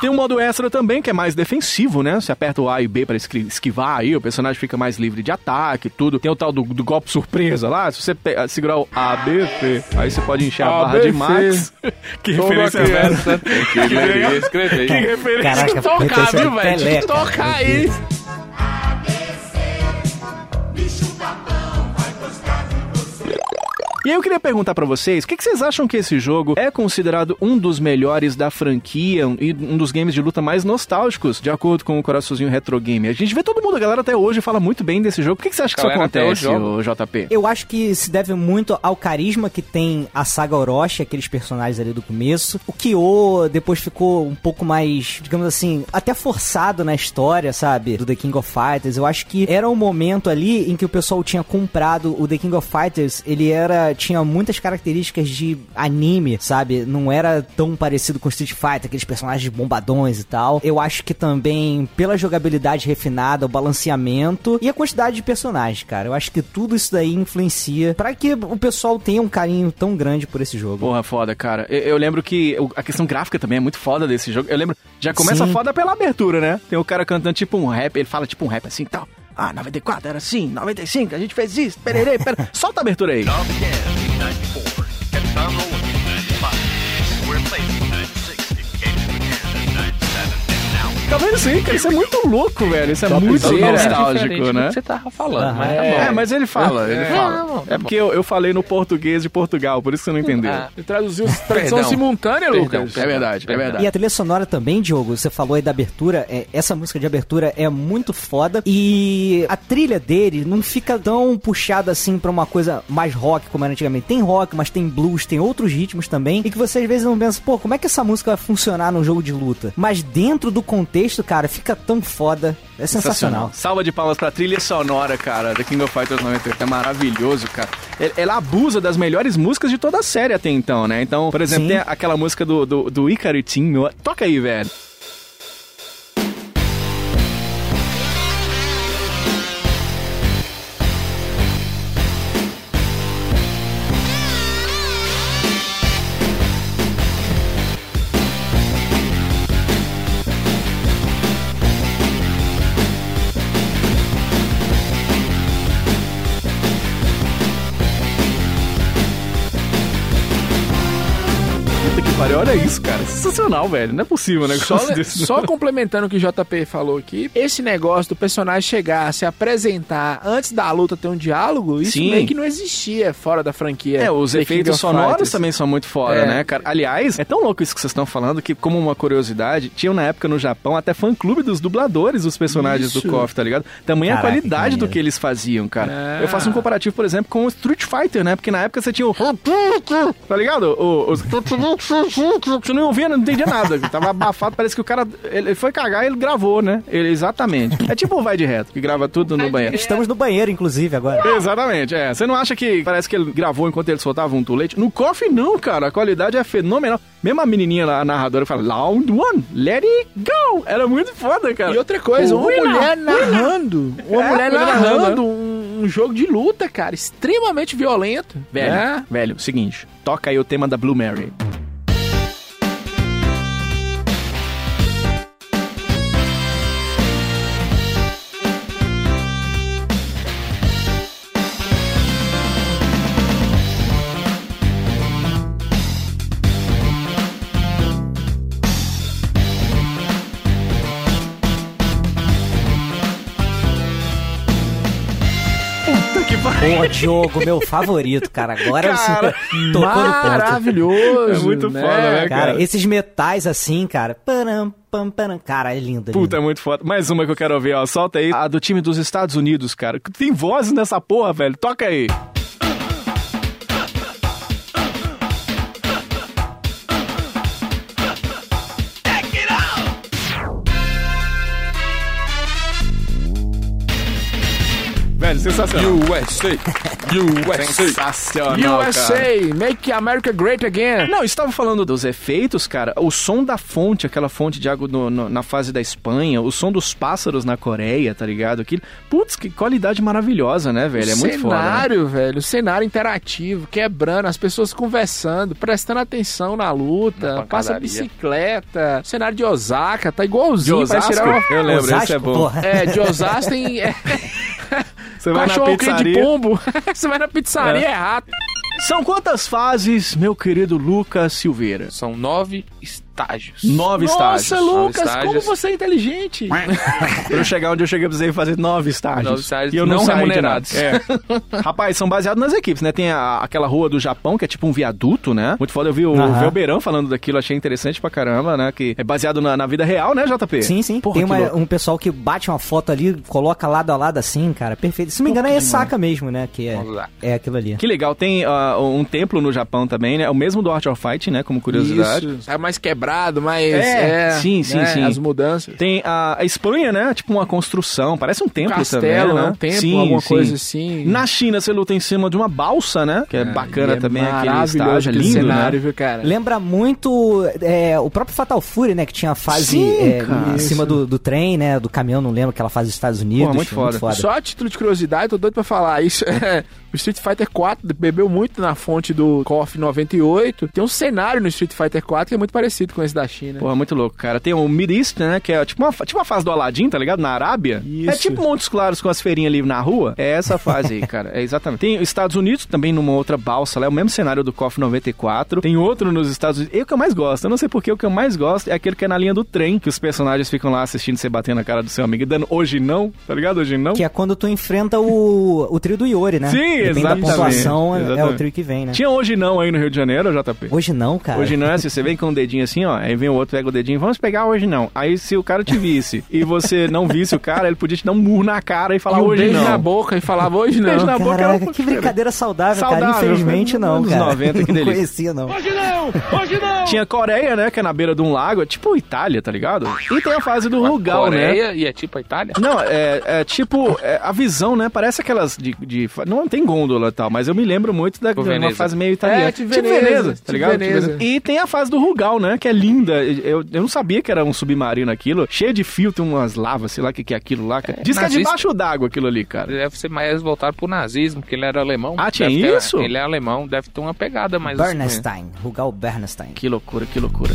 Tem um modo extra também que é mais defensivo, né? Você aperta o A e B pra esqui- esquivar aí, o personagem fica mais livre de ataque e tudo. Tem o tal do, do golpe surpresa lá. Se você pe- segurar o A, B, C, aí você pode encher a
A,
barra
B,
de
<laughs>
Max.
C.
que
Toda
referência é
criança
essa?
tem que ler e escrever.
Que referência
Caraca,
tocar,
referência
é
viu, velho? Tinha que
teleca.
tocar aí. E aí eu queria perguntar pra vocês, o que, que vocês acham que esse jogo é considerado um dos melhores da franquia um- e um dos games de luta mais nostálgicos, de acordo com o Coraçãozinho Retro Game? A gente vê todo mundo, a galera até hoje fala muito bem desse jogo. Por que, que você acha que isso
Galera, até
acontece,
hoje joga.
ô JP?
Eu acho que se deve muito ao carisma que tem a saga Orochi, aqueles personagens ali do começo. O Kyo depois ficou um pouco mais, digamos assim, até forçado na história, sabe? Do The King of Fighters. Eu acho que era um momento ali em que o pessoal tinha comprado o The King of Fighters. Ele era tinha muitas características de anime, sabe? Não era tão parecido com Street Fighter, aqueles personagens bombadões e tal. Eu acho que também pela jogabilidade refinada, o balanceamento e a quantidade de personagens, cara. Eu acho que tudo isso daí influencia pra que o pessoal tenha um carinho tão grande por esse jogo.
Porra, foda, cara. Eu, eu lembro que o- a questão gráfica também é muito foda desse jogo. Eu lembro, já começa
Sim.
foda pela abertura, né? Tem o cara cantando tipo um rap, ele fala tipo um rap assim e tal. Ah, 94 era assim, 95 a gente fez isso, pererê, pera. Solta a abertura aí. Tá vendo isso aí, cara? Isso é muito louco, velho. Isso é muito
Então, não diferente
nostálgico,
do
né?
que Você tava falando,
Ah,
mas tá
é,
bom.
mas ele fala, ele
É,
fala.
não, tá
é porque eu, eu falei no português de Portugal, por isso você não entendeu.
Ah,
Ele traduziu tradução
Perdão.
simultânea, Lucas.
Perdão, perdão,
é verdade,
perdão.
é verdade.
E a trilha sonora também, Diogo, você falou aí da abertura, é, essa música de abertura é muito foda e a trilha dele não fica tão puxada assim pra uma coisa mais rock como era antigamente. Tem rock, mas tem blues, tem outros ritmos também, e que você às vezes não pensa, pô, como é que essa música vai funcionar num jogo de luta? Mas dentro do contexto, cara, fica tão foda, é sensacional.
Salva de palmas pra trilha sonora, cara, da King of Fighters 98. É maravilhoso, cara. Ele- Ela abusa das melhores músicas de toda a série até então, né? Então, por exemplo,
Sim.
tem aquela música do, do, do Ikari Team. meu. Toca aí, velho. Puta que pariu, olha isso, cara. Sensacional, velho. Não é possível, né?
Só, só complementando o que o JP falou aqui, esse negócio do personagem chegar, se apresentar antes da luta ter um diálogo, isso
Sim.
meio que não existia fora da franquia.
É, os
The assim. King
efeitos
of
sonoros
Fighters.
também são muito foda,
É.
né, cara? Aliás, é tão louco isso que vocês estão falando que, como uma curiosidade, tinham na época no Japão até fã-clube dos dubladores dos personagens
Isso.
do KOF, tá ligado? Tamanha
Caraca,
a qualidade
que
do
maneiro.
que eles faziam, cara.
É.
Eu faço um comparativo, por exemplo, com o Street Fighter, né? Porque na época você tinha o... <laughs> Tá ligado? O, os... <laughs> Você não ouvia, não entendia nada. Tava abafado, parece que o cara... Ele foi cagar e ele gravou, né? Ele, exatamente. É tipo o Vai de Reto, que grava tudo no banheiro.
Estamos no banheiro, inclusive, agora.
Exatamente, é. Você não acha que parece que ele gravou enquanto ele soltava um tulete? No coffee, não, cara. A qualidade é fenomenal. Mesmo a menininha lá, a narradora, fala, round one, let it go. Era muito foda, cara.
E outra coisa, uma
Winner,
mulher
winner.
narrando, uma
É,
mulher
mulher
narrando
narrando.
um, um jogo de luta, cara, extremamente violento.
Velho,
né?
velho, seguinte. Toca aí o tema da Blue Mary. Puta que pariu.
Pô, Diogo, meu favorito, cara. Agora
Cara,
você tocou no ponto.
Maravilhoso.
<laughs> É muito
né?
foda,
Cara,
né, cara?
esses metais assim, cara. Param, pam, param. Cara, é lindo. é
Puta, é
lindo.
muito foda. Mais uma que eu quero ouvir, ó. Solta aí. A do time dos Estados Unidos, cara. Tem voz nessa porra, velho. Toca aí. Grande, sensacional. <laughs>
USA,
Sensacional,
USA,
cara.
make America great again.
Não, estava falando dos efeitos, cara. O som da fonte, aquela fonte de água no- no- na fase da Espanha, o som dos pássaros na Coreia, tá ligado? Aquilo. Putz, que qualidade maravilhosa, né, velho? É muito foda. né?
cenário, velho, cenário interativo, quebrando, as pessoas conversando, prestando atenção na luta,
pancadaria.
passa bicicleta, cenário de Osaka, tá igualzinho.
De
parece
Osasco?
tirar uma-
Eu lembro,
Osasco,
esse é bom.
porra.
É, de Osasco
<laughs>
tem é,
Você
cachorro cria de pombo, <laughs> você vai na pizzaria, é rato.
São quantas fases, meu querido Lucas Silveira?
São nove estágios.
Nove
Nossa,
estágios.
Lucas, como
estágios.
você é
<laughs>
inteligente.
Pra eu chegar onde eu cheguei, eu precisei fazer nove estágios.
Nove estágios
e eu não,
não
saí de
remunerados.
nada. É. Rapaz, são baseados nas equipes, né? Tem a- aquela rua do Japão, que é tipo um viaduto, né? Muito foda. Eu vi o
Aham.
Velbeirão falando daquilo, achei interessante pra caramba, né? Que é baseado na, na vida real, né, JP?
Sim, sim.
Porra,
Tem
que
uma-
louco.
um pessoal que bate uma foto ali, coloca lado a lado assim, cara. Perfeito. Se não me engano, é saca mesmo, né? Que é,
Vamos lá.
é aquilo ali.
Que legal, tem ah, um templo no Japão também, né? O mesmo do Art of Fight, né? Como curiosidade.
Isso, tá mais quebrado, mais...
É,
É,
sim, sim,
né,
sim.
As mudanças.
Tem a, a Espanha, né? Tipo uma construção, parece um templo
castelo,
também, né?
né? um templo,
Sim,
alguma
sim.
coisa assim.
Na China você luta em cima de uma balsa, né? Que é, bacana
E é
também aquele
maravilhoso
estágio
aquele
lindo,
cenário,
né?
viu, cara?
Lembra muito é, o próprio Fatal Fury, né? Que tinha a fase
Sim,
é,
cara.
em cima do, do trem, né? Do caminhão, não lembro, aquela fase dos Estados Unidos.
Porra, muito foda.
Só a título de curiosidade, tô doido pra falar isso. <laughs> é, o Street Fighter 4 bebeu muito na fonte do KOF 98. Tem um cenário no Street Fighter 4 que é muito parecido com esse da China.
Porra, muito louco, cara. Tem o Mirist, né? Que é tipo uma, fa- tipo uma fase do Aladdin, tá ligado? Na Arábia.
Isso.
É tipo Montes Claros com as feirinhas ali na rua. É essa fase aí, cara. É exatamente. Tem os Estados Unidos também numa outra balsa lá. É o mesmo cenário do KOF 94. Tem outro nos Estados Unidos. E o que eu mais gosto, eu não sei porque, o que eu mais gosto é aquele que é na linha do trem, que os personagens ficam lá assistindo você batendo na cara do seu amigo e dando hoje não, tá ligado? Hoje não.
Que é quando tu enfrenta o, o trio do Iori, né?
Sim,
Depende
exatamente.
da pontuação, é- é
Exatamente.
o trio que vem, né?
Tinha hoje não aí no Rio de Janeiro, JP?
Hoje não, cara.
Hoje não é assim, você vem com o dedinho assim, ó, aí vem o outro, pega o dedinho, vamos pegar hoje não. Aí se o cara te visse e você não visse o cara, ele podia te dar um murro na cara e falar
E um
hoje
beijo
não.
na boca e falava hoje não.
Beijo na boca era um
Caraca,
pouco
que
diferente.
brincadeira saudável,
Saudável,
cara. Infelizmente
foi
não,
nos
cara.
90, que
<laughs> Não
delícia.
conhecia, não.
Tinha Coreia, né, que é na beira de um lago, é tipo Itália, tá ligado? E tem a fase do Rugal, né?
Coreia e é tipo a Itália?
Não, é, é tipo, é, a visão, né? Parece aquelas de, de- Não tem gôndola e tal, mas eu me lembro muito da de uma
Veneza.
fase meio italiana.
É, tipo Veneza, tipo
tá ligado? Tipo
Veneza.
Veneza. E tem a fase do Rugal, né? Que é linda. Eu, eu não sabia que era um submarino aquilo. Cheio de fio, tem umas lavas, sei lá o que, que é aquilo lá. Diz que é
nazista.
debaixo d'água aquilo ali, cara.
Deve ser mais voltado pro nazismo, porque ele era alemão.
Ah, tinha
Deve ter-
isso?
ele é alemão, deve ter uma pegada mais... assim, né?
Bernstein, Rugal Bernstein.
Que loucura, que loucura.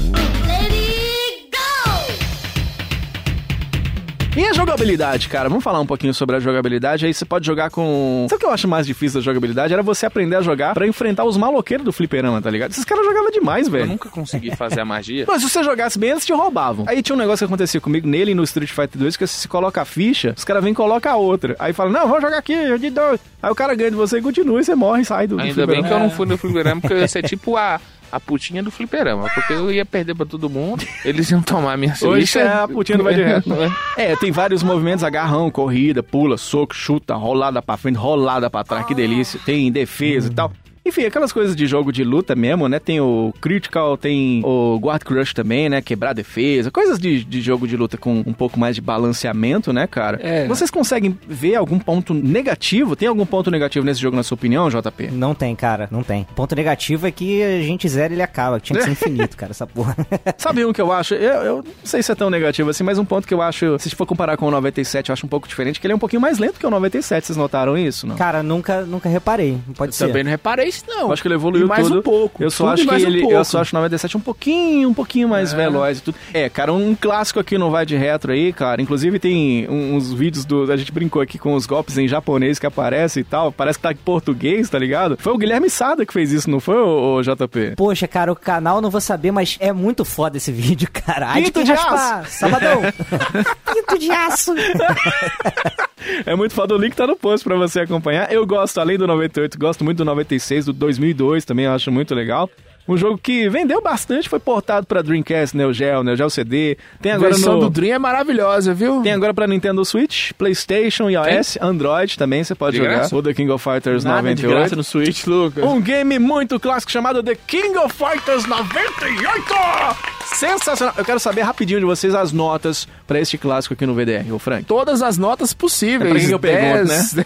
E a jogabilidade, cara? Vamos falar um pouquinho sobre a jogabilidade. Aí você pode jogar com. Sabe o que eu acho mais difícil da jogabilidade? Era você aprender a jogar pra enfrentar os maloqueiros do fliperama, tá ligado? Esses caras jogavam demais,
Eu
velho.
nunca consegui fazer
<laughs>
a magia.
Mas se você jogasse bem, eles te roubavam. Aí tinha um negócio que acontecia comigo nele e no Street Fighter 2, que você se coloca a ficha, os caras vêm e colocam a outra. Aí fala, não, vamos jogar aqui, eu te dou. Aí o cara ganha de você e continua, e você morre e sai do do
Ainda bem
fliperama.
que eu não fui no fliperama, porque eu ia ser tipo a, a putinha do fliperama. Porque eu ia perder pra todo mundo, eles iam tomar minha
Hoje
ficha.
é a putinha não vai de <laughs> reto. É, tem vários movimentos, agarrão, corrida, pula, soco, chuta, rolada pra frente, rolada pra trás, que delícia. Tem defesa e tal. Enfim, aquelas coisas de jogo de luta mesmo, né? Tem o Critical, tem o Guard Crush também, né? Quebrar defesa. Coisas de, de jogo de luta com um pouco mais de balanceamento, né, cara?
É.
Vocês conseguem ver algum ponto negativo? Tem algum ponto negativo nesse jogo, na sua opinião, JP?
Não tem, cara, não tem. O ponto negativo é que a gente zera e ele acaba. Tinha que ser infinito, cara, essa porra. <laughs>
Sabe um que eu acho? Eu, eu não sei se é tão negativo assim, mas um ponto que eu acho, se for comparar com o 97, eu acho um pouco diferente, que ele é um pouquinho mais lento que o 97. Vocês notaram isso, não?
Cara, nunca, nunca reparei. Pode ser.
<laughs> Também não reparei isso não.
Eu acho que ele evoluiu
E mais
tudo.
um pouco.
Eu só
Tudo e
acho que
mais um
ele,
pouco.
eu só acho o 97 um pouquinho, um pouquinho mais veloz e tudo. É, cara, um clássico aqui no Vai de Retro aí, cara. Inclusive tem um- uns vídeos do a gente brincou aqui com os golpes em japonês que aparecem e tal. Parece que tá em português, tá ligado? Foi o Guilherme Sada que fez isso, não foi o, JP?
Poxa, cara, o canal não vou saber, mas é muito foda esse <laughs> vídeo, cara. Ai,
Pinto
que
de
raspar.
<laughs>
Sabadão. Pinto de aço.
É muito foda, o link tá no post pra você acompanhar. Eu gosto, além do 98, gosto muito do 96, do 2002 também, eu acho muito legal. Um jogo que vendeu bastante, foi portado pra Dreamcast, Neo Geo, Neo Geo CD. Tem
A
agora
versão
no...
do Dream é maravilhosa, viu?
Tem agora pra Nintendo Switch, PlayStation, iOS, Android também você pode
De
jogar.
graça?
O The King of Fighters
Nada de
98.
graça no Switch, Lucas.
Um game muito clássico chamado The King of Fighters 98! Sensacional. Eu quero saber rapidinho de vocês as notas pra este clássico aqui no VDR, ô Frank.
Todas as notas possíveis.
É pra que que eu pergunto,
Dez, <laughs>
né?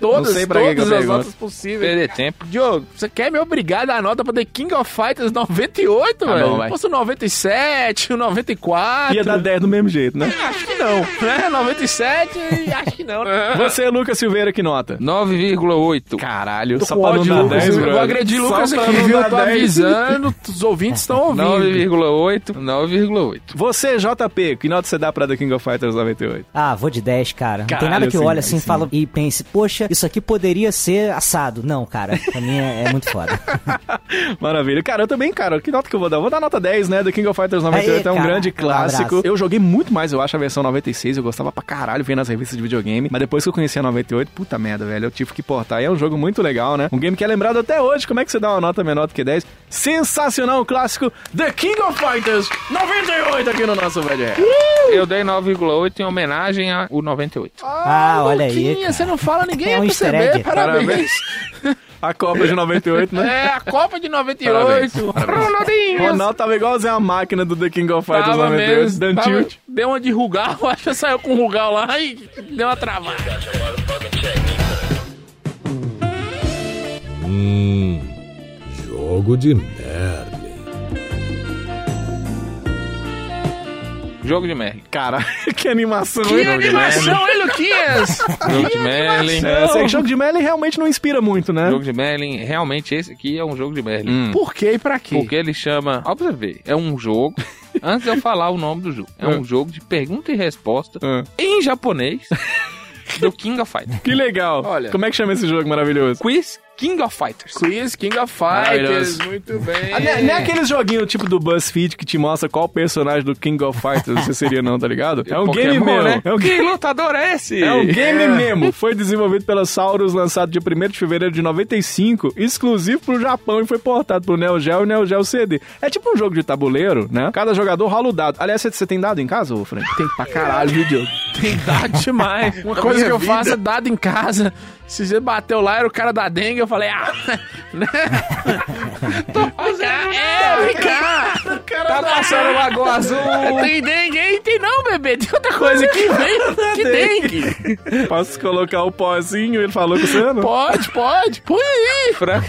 todas
Não sei pra que que eu
todas as
pergunto.
notas possíveis.
Perder tempo.
Diogo, você quer me obrigar a dar nota pra The King of Fighters 98,
Tá bom,
velho?
vai.
Posso 97, 94.
Ia dar 10 do mesmo jeito, né?
Acho que não, né? 97 e acho que não.
Você, é Lucas Silveira, que nota?
9,8.
<laughs> Caralho, só
Com
pra não
ódio,
dar
Lucas.
10,
Eu
brother.
vou agredir
Só
Lucas
pra
aqui,
não
viu?
dar
Tô
10.
avisando, os ouvintes estão ouvindo.
9,8. 9,8.
Você, JP, que nota você dá pra The King of Fighters 98?
Ah, vou de 10, cara. Não tem nada
Caralho,
que eu
sim,
olhe assim e
sim.
falo e pense, poxa, isso aqui poderia ser assado. Não, cara, pra mim é, é muito foda.
Maravilha. Cara, eu também, cara, que nota que eu vou dar? Eu Vou dar nota 10, né? The King of Fighters 98 é um
Aê, cara.
grande
Um
clássico.
abraço.
eu joguei muito mais, eu acho, a versão 96. Eu gostava pra caralho vendo as revistas de videogame. Mas depois que eu conheci a 98, puta merda, velho. Eu tive que portar. E é um jogo muito legal, né? Um game que é lembrado até hoje. Como é que você dá uma nota menor do que 10? Sensacional o clássico The King of Fighters 98 aqui no nosso VDR.
Eu dei 9,8 em homenagem ao 98.
Ah, olha aí.
Luquinha,
cara.
você não fala, ninguém
É
ia
um easter
perceber.
egg.
Parabéns.
A Copa de 98, né?
É, a <laughs> Copa de 98.
O
Ronaldinho.
Ronaldo tava igualzinho a máquina do The King of Fighters
Tava
98,
mesmo.
dando
tava-
um tilt.
Deu uma de
<laughs>
Rugal, acho que saiu com o Rugal lá e deu uma travada.
Hum, jogo de merda.
Jogo de Merlin.
Cara, <laughs> que animação,
Que
hein?
animação, hein, Luquinhas?
Jogo de Merlin.
É, eu sei que jogo de Melee realmente não inspira muito, né?
<laughs> Jogo de Merlin. Realmente, esse aqui é um jogo de Merlin.
Hum.
Por que e pra quê?
Porque ele chama. Ó, pra você ver, é
<laughs>
um jogo. Antes de eu falar o nome do jogo, é
Hum.
um jogo de pergunta e resposta
Ah.
em japonês
<laughs>
do King of Fighters.
Que legal.
Olha.
Como é que chama esse jogo maravilhoso?
Quiz King of Fighters.
Quiz King of Fighters,
Maravilhoso.
muito bem.
Ah, né- Não é aqueles joguinhos tipo do BuzzFeed que te mostra qual personagem do King of Fighters você seria não, tá ligado? É um game
Pokémon,
mesmo.
né?
É um
Que lutador é esse?
É um
<laughs>
<laughs>
game mesmo. Foi desenvolvido pela Saurus, lançado dia 1 de fevereiro de 95, exclusivo pro Japão e foi portado pro Neo Geo e Neo Geo CD. É tipo um jogo de tabuleiro, né? Cada jogador rola o dado. Aliás, você- você tem dado em casa, ô Frank? Tem pra caralho, viu, Diogo?
Tem dado demais. Uma coisa que eu faço é dado em casa. Se você bateu lá, era o cara da dengue, eu falei, ah, né? Tô fazendo. É, vem cá!
Tá passando Lagoa Azul.
<laughs> Tem dengue aí? Tem não, bebê. Tem outra coisa aqui,
<laughs>
vem. Que dengue?
Posso colocar o pozinho? Ele falou com você, não?
Pode, pode. Põe aí.
Frank,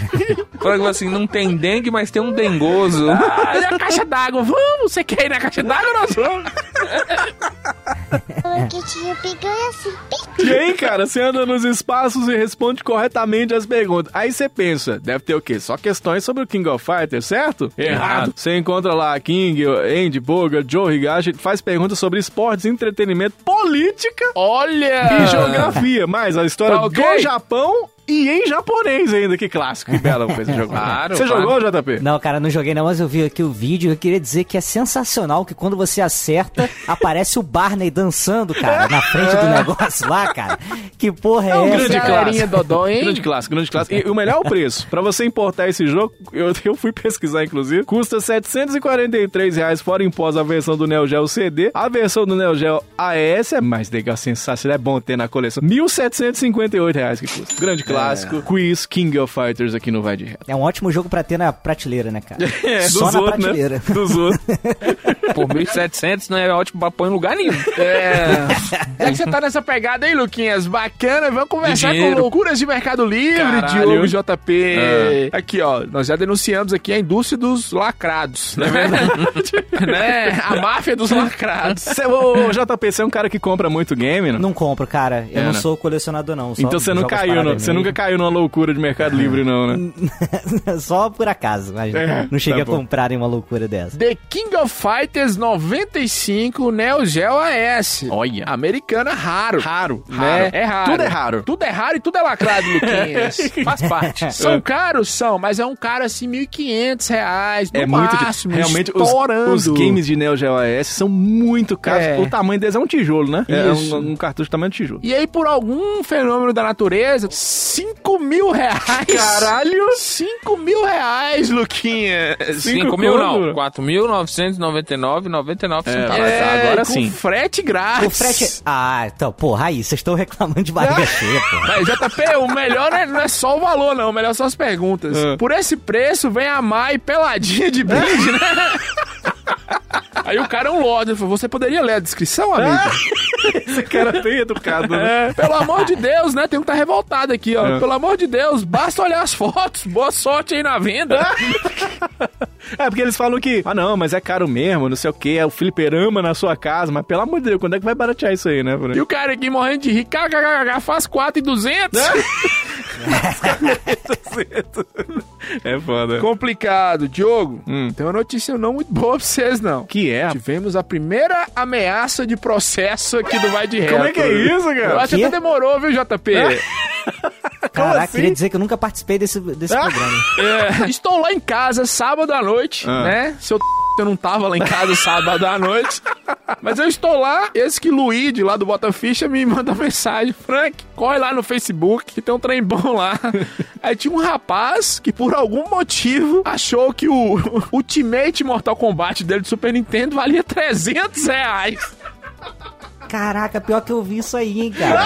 Frank assim, não tem dengue, mas tem um dengoso.
Tá
Ah, e a caixa d'água, vamos! Você quer ir na caixa d'água? Nós vamos!
Que tinha picanha assim.
E aí, cara, você anda nos espaços e responde corretamente as perguntas. Aí você pensa, deve ter o quê? Só questões sobre o King of Fighters, certo?
Errado.
Você encontra lá King, Andy, Boga, Joe Higashi, faz perguntas sobre esportes, entretenimento, política
Olha!
Ah.
e geografia. Mas a história
Tá ok?
do Japão e em japonês ainda, que clássico. Que bela coisa jogar.
Claro,
Você
claro.
jogou, JP?
Não, cara, não joguei não, mas eu vi aqui o vídeo. Eu queria dizer que é sensacional que quando você acerta,
<laughs>
aparece o Barney dançando, cara, na frente do negócio lá, cara. Que porra é,
um
essa?
grande
cara?
galerinha Dodó, hein?
Grande clássico, grande clássico. E o melhor é o preço. Pra você importar esse jogo, eu, <laughs> eu fui pesquisar, inclusive, custa R$ 743 reais fora impostos a versão do Neo Geo CD. A versão do Neo Geo AES é mais legal, sensacional, é bom ter na coleção. R$ 1.758 reais que custa. Grande clássico, quiz King of Fighters aqui no Vai de Reto.
É um ótimo jogo pra ter na prateleira, né, cara?
É,
Só na prateleira.
né? <laughs> Dos outros.
Por 1.700 não é ótimo pra pôr em lugar nenhum.
É. Já que você tá nessa pegada, hein, Luquinhas? Bacana, vamos conversar
De
com
dinheiro.
loucuras de Mercado Livre,
Caralho. É.
Diogo JP. Aqui, ó, nós já denunciamos aqui a indústria dos lacrados, não é
<laughs>
verdade? né? A máfia dos lacrados.
Cê, ô, ô, JP, você é um cara que compra muito game, não?
Não compro, cara. Eu
É,
não
né?
sou colecionador, não. Só
Então você não
jogo as
caiu,
paradas
não. você
mesmo.
nunca caiu numa loucura de Mercado Livre, não, né?
<laughs> Só por acaso, mas
É,
não cheguei
tá
a
bom.
comprar em uma loucura dessa.
The King of Fighters 95 Neo Geo AS.
Olha.
Americana raro.
Raro,
né?
raro.
É raro.
Tudo é raro.
Tudo é raro e tudo é lacrado,
<laughs>
Luquinhas. Faz parte. <laughs> São caros? São, mas é um caro assim, 1.500 reais. No
É muito de-
máximo,
Realmente, os,
estourando.
os games de Neo Geo AES são muito caros.
É.
O tamanho deles é um tijolo, né? É
Isso.
um, um cartucho do tamanho de tijolo.
E aí, por algum fenômeno da natureza, 5 mil reais. Caralho! 5 mil reais, Luquinha.
5 é mil
conto?
não, 4.999,99 centavos.
mas É, agora
com
sim.
frete grátis.
O frete. Ah, então, porra, aí, vocês estão reclamando
Ah,
de barriga cheia, porra.
Mas, JP, o melhor não é, não é só o valor, não. O melhor são as perguntas.
Ah.
Por esse preço, vem a Mai peladinha de brinde, né? Aí o cara é um lorde, ele falou, você poderia ler a descrição, amigo?
<laughs> Esse cara é bem educado, né?
É, pelo amor de Deus, né? Tem um que tá revoltado aqui, ó.
É.
Pelo amor de Deus, basta olhar as fotos. Boa sorte aí na venda.
É, porque eles falam que, ah não, mas é caro mesmo, não sei o que, é o fliperama na sua casa, mas pelo amor de Deus, quando é que vai baratear isso aí, né? Bruno?
E o cara aqui morrendo de rir, kkkk, faz 4 e 200.
<laughs> É foda.
Complicado. Diogo, tem uma notícia não muito boa pra vocês, não.
Que é?
Tivemos a primeira ameaça de processo aqui do Vai de Reto.
Como é que é isso, cara? É.
Eu acho que
Quê?
até demorou, viu, JP?
Caraca,
assim? Ah.
queria dizer que eu nunca participei desse, desse programa.
É. Estou lá em casa sábado à noite,
Ah.
né? Seu t- eu não tava lá em casa sábado à noite. Mas eu estou lá, esse que Luigi lá do Botaficha me <laughs> manda mensagem, Frank, corre lá no Facebook que tem um trem bom lá.
<laughs>
Aí tinha um rapaz que por algum motivo achou que o <laughs> o Ultimate Mortal Kombat dele do Super Nintendo valia 300 reais.
Caraca, pior que eu vi isso aí, hein,
<laughs>
cara.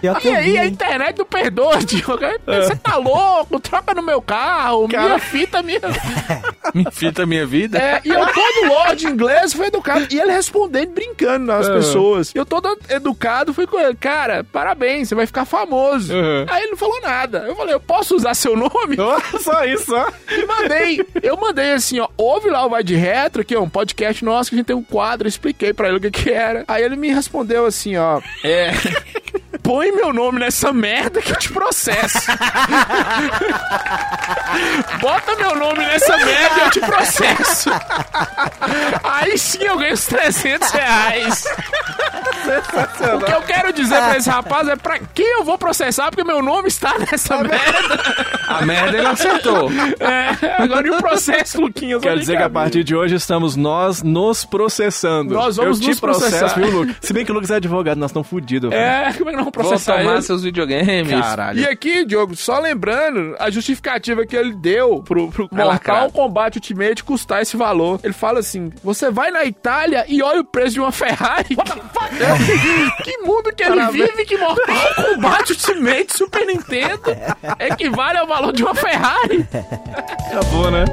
Pior que
E
eu vi.
aí a
hein?
internet não perdoa, Diogo. Você tá louco? Troca no meu carro, <laughs> minha fita, minha...
Minha fita, minha vida.
É, e eu todo
<laughs>
lorde inglês foi educado. E ele respondendo, brincando nas
É.
pessoas. Eu todo educado fui com ele. Cara, parabéns, você vai ficar famoso.
Uhum.
Aí ele não falou nada. Eu falei, eu posso usar seu nome?
Ó, só isso, só.
E mandei. Eu mandei assim, ó. Ouve lá o Vai de Retro, que é um podcast nosso, que a gente tem um quadro. Eu expliquei pra ele o que que era. Aí ele me respondeu assim, ó. É... Põe meu nome nessa merda que eu te processo. Bota meu nome nessa merda e eu te processo. Aí sim eu ganho os 300 reais.
é
O que eu quero dizer pra esse rapaz é pra quem eu vou processar, porque meu nome está
Tá
nessa merda.
A Tá merda
<laughs>
ele acertou.
É, agora e o processo, Luquinhas?
Quer
Olha
dizer
aí,
que a
cara.
partir de hoje estamos nós nos processando.
Nós vamos
Eu te
nos
processo,
processar.
viu, Lucas? Se bem que o Lucas é advogado, nós estamos fodidos.
É, como é que nós vamos
Vou
processar
tomar
ele?
seus videogames.
E aqui, Diogo, só lembrando a justificativa que ele deu pro, pro
Vai
Mortal
lacrar.
Kombat Ultimate custar esse valor. Ele fala assim: você vai na Itália e olha o preço de uma Ferrari. What the <laughs> fuck? né? que mundo que ele vive que Mortal Kombat Ultimate Super Nintendo É equivale ao valor de uma Ferrari.
Acabou, né?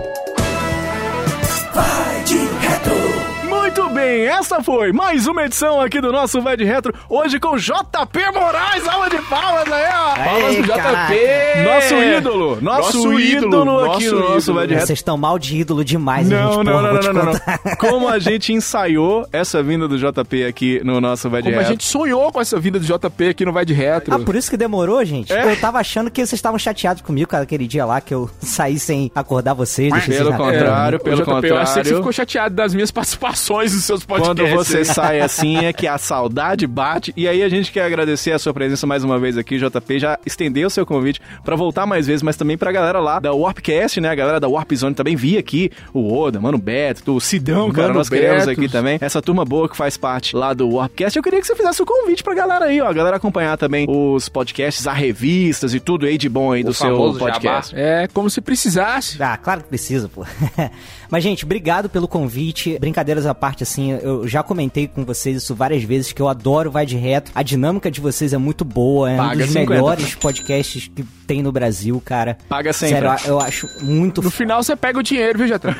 Muito bem, essa foi mais uma edição aqui do nosso Vai de Retro, hoje com JP Moraes, aula de palmas aí, ó.
Palmas pro
caraca.
JP.
Nosso ídolo, nosso,
Nosso
ídolo,
ídolo,
aqui
nosso
no nosso
ídolo.
Vai de Retro.
Vocês estão mal de ídolo demais, hein, gente.
Não, não,
Porra,
não,
vou te
não, não, não.
contar.
<laughs> Como a gente ensaiou essa vinda do JP aqui no nosso Vai de
Como a
Retro.
gente sonhou com essa vida do JP aqui no Vai de Retro.
Ah, por isso que demorou, gente?
É.
Eu tava achando que vocês estavam chateados comigo, cara, aquele dia lá que eu <laughs> saí sem acordar vocês. deixei
pelo
vocês na cama.
contrário,
Ô,
pelo
JP, Eu achei que você
contrário.
ficou chateado das minhas <laughs> participações nos seus podcasts.
Quando você
hein?
sai assim é que a saudade bate. E aí a gente quer agradecer a sua presença mais uma vez aqui, JP. Já estendeu seu convite pra voltar mais vezes, mas também pra galera lá da Warpcast, né? A galera da Warp Zone também vi aqui. O Oda, Mano Beto, o Sidão, cara.
Mano
nós queremos
Betos.
aqui também. Essa turma boa que faz parte lá do Warpcast. Eu queria que você fizesse o convite pra galera aí, ó. A galera acompanhar também os podcasts, as revistas e tudo aí de bom aí do seu
famoso jabá.
podcast.
É, como se precisasse.
Ah, claro que precisa, pô. <laughs> Mas, gente, obrigado pelo convite. Brincadeiras à parte, assim, eu já comentei com vocês isso várias vezes, que eu adoro Vai de Reto. A dinâmica de vocês é muito boa. É um
Paga
dos
50.
melhores podcasts que tem no Brasil, cara.
Paga sempre.
Sério, eu acho muito
No final você pega o dinheiro, viu, Jatran?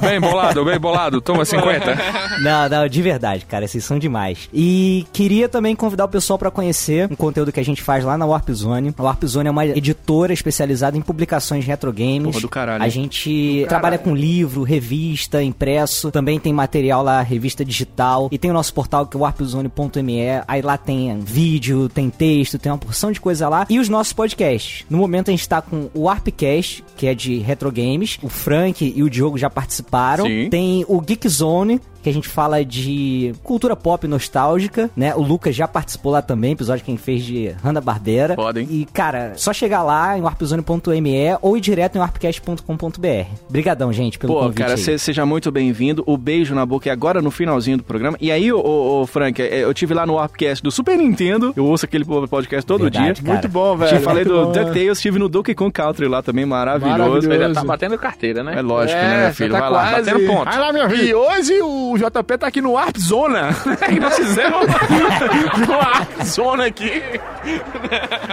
Bem bolado, bem bolado. Toma 50.
<laughs> Não, não, de verdade, cara, vocês são demais. E queria também convidar o pessoal pra conhecer um conteúdo que a gente faz lá na Warp Zone. A Warp Zone é uma editora especializada em publicações retro games.
Porra do caralho.
A gente trabalha com livro, revista, impresso, também tem material lá, revista digital, e tem o nosso portal que é warpzone.me, aí lá tem vídeo, tem texto, tem uma porção de coisa lá, e os nossos podcasts. No momento a gente tá com o Warpcast, que é de retro games, o Frank e o Diogo já participaram,
Sim.
tem o Geek Zone, que a gente fala de cultura pop nostálgica, né? O Lucas já participou lá também, episódio que a gente fez de Hanna-Barbera.
Foda, hein?
E, cara, só chegar lá em warpzone.me ou ir direto em warpcast.com.br. Brigadão, gente, pelo
Pô,
convite
cara,
aí.
se- seja muito bem-vindo. O beijo na boca é agora no finalzinho do programa. E aí, ô, ô, ô, Frank, é, eu tive lá no Warpcast do Super Nintendo. Eu ouço aquele podcast todo
Verdade,
dia.
cara. Muito
bom,
velho.
Te falei
Muito
do
bom,
DuckTales, estive no Donkey Kong Country lá também, maravilhoso.
Maravilhoso.
Ele já tá batendo carteira, né?
É lógico,
É,
né,
já
filho?
tá
Vai lá,
quase.
batendo ponto.
Vai lá, meu filho. E hoje o o JP tá aqui no Warp Zona.
<laughs>
E nós fizemos <laughs> no Warp Zona aqui.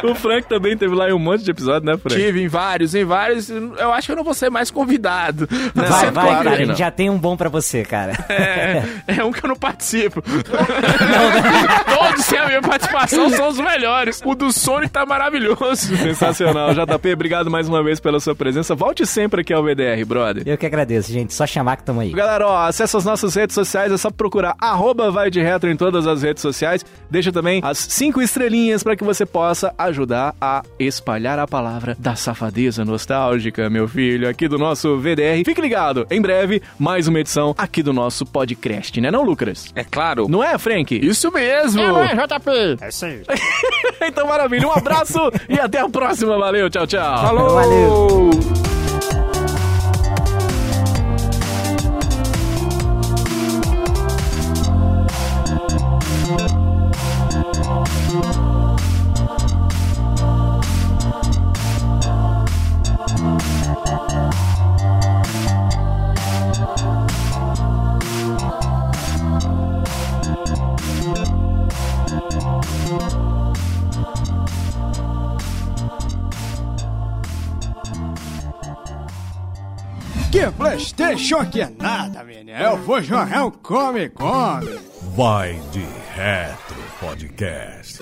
O Frank também teve lá em um monte de episódio, né, Frank?
Tive em vários, em vários. Eu acho que eu não vou ser mais convidado. Não é
Vai,
sempre
vai,
convidado,
cara. A
não.
gente já tem um bom pra você, cara.
É, é um que eu não participo. <laughs> Todos sem a minha participação são os melhores. O do Sonic tá maravilhoso.
Sensacional. JP, obrigado mais uma vez pela sua presença. Volte sempre aqui ao VDR, brother.
Eu que agradeço, gente. Só chamar que tamo aí.
Galera, ó, acessa as nossas redes sociais, é só procurar arroba vai de retro em todas as redes sociais. Deixa também as cinco estrelinhas para que você possa ajudar a espalhar a palavra da safadeza nostálgica, meu filho, aqui do nosso VDR. Fique ligado, em breve, mais uma edição aqui do nosso podcast, né não, Lucas?
É claro.
Não é, Frank?
Isso mesmo. JP?
É sim.
<laughs> então, maravilha. Um
<laughs>
abraço e até a próxima. Valeu, tchau, tchau.
Falou.
Que é Playstation que é nada, menino. Eu vou jogar um Come Come.
Vai de Retro Podcast.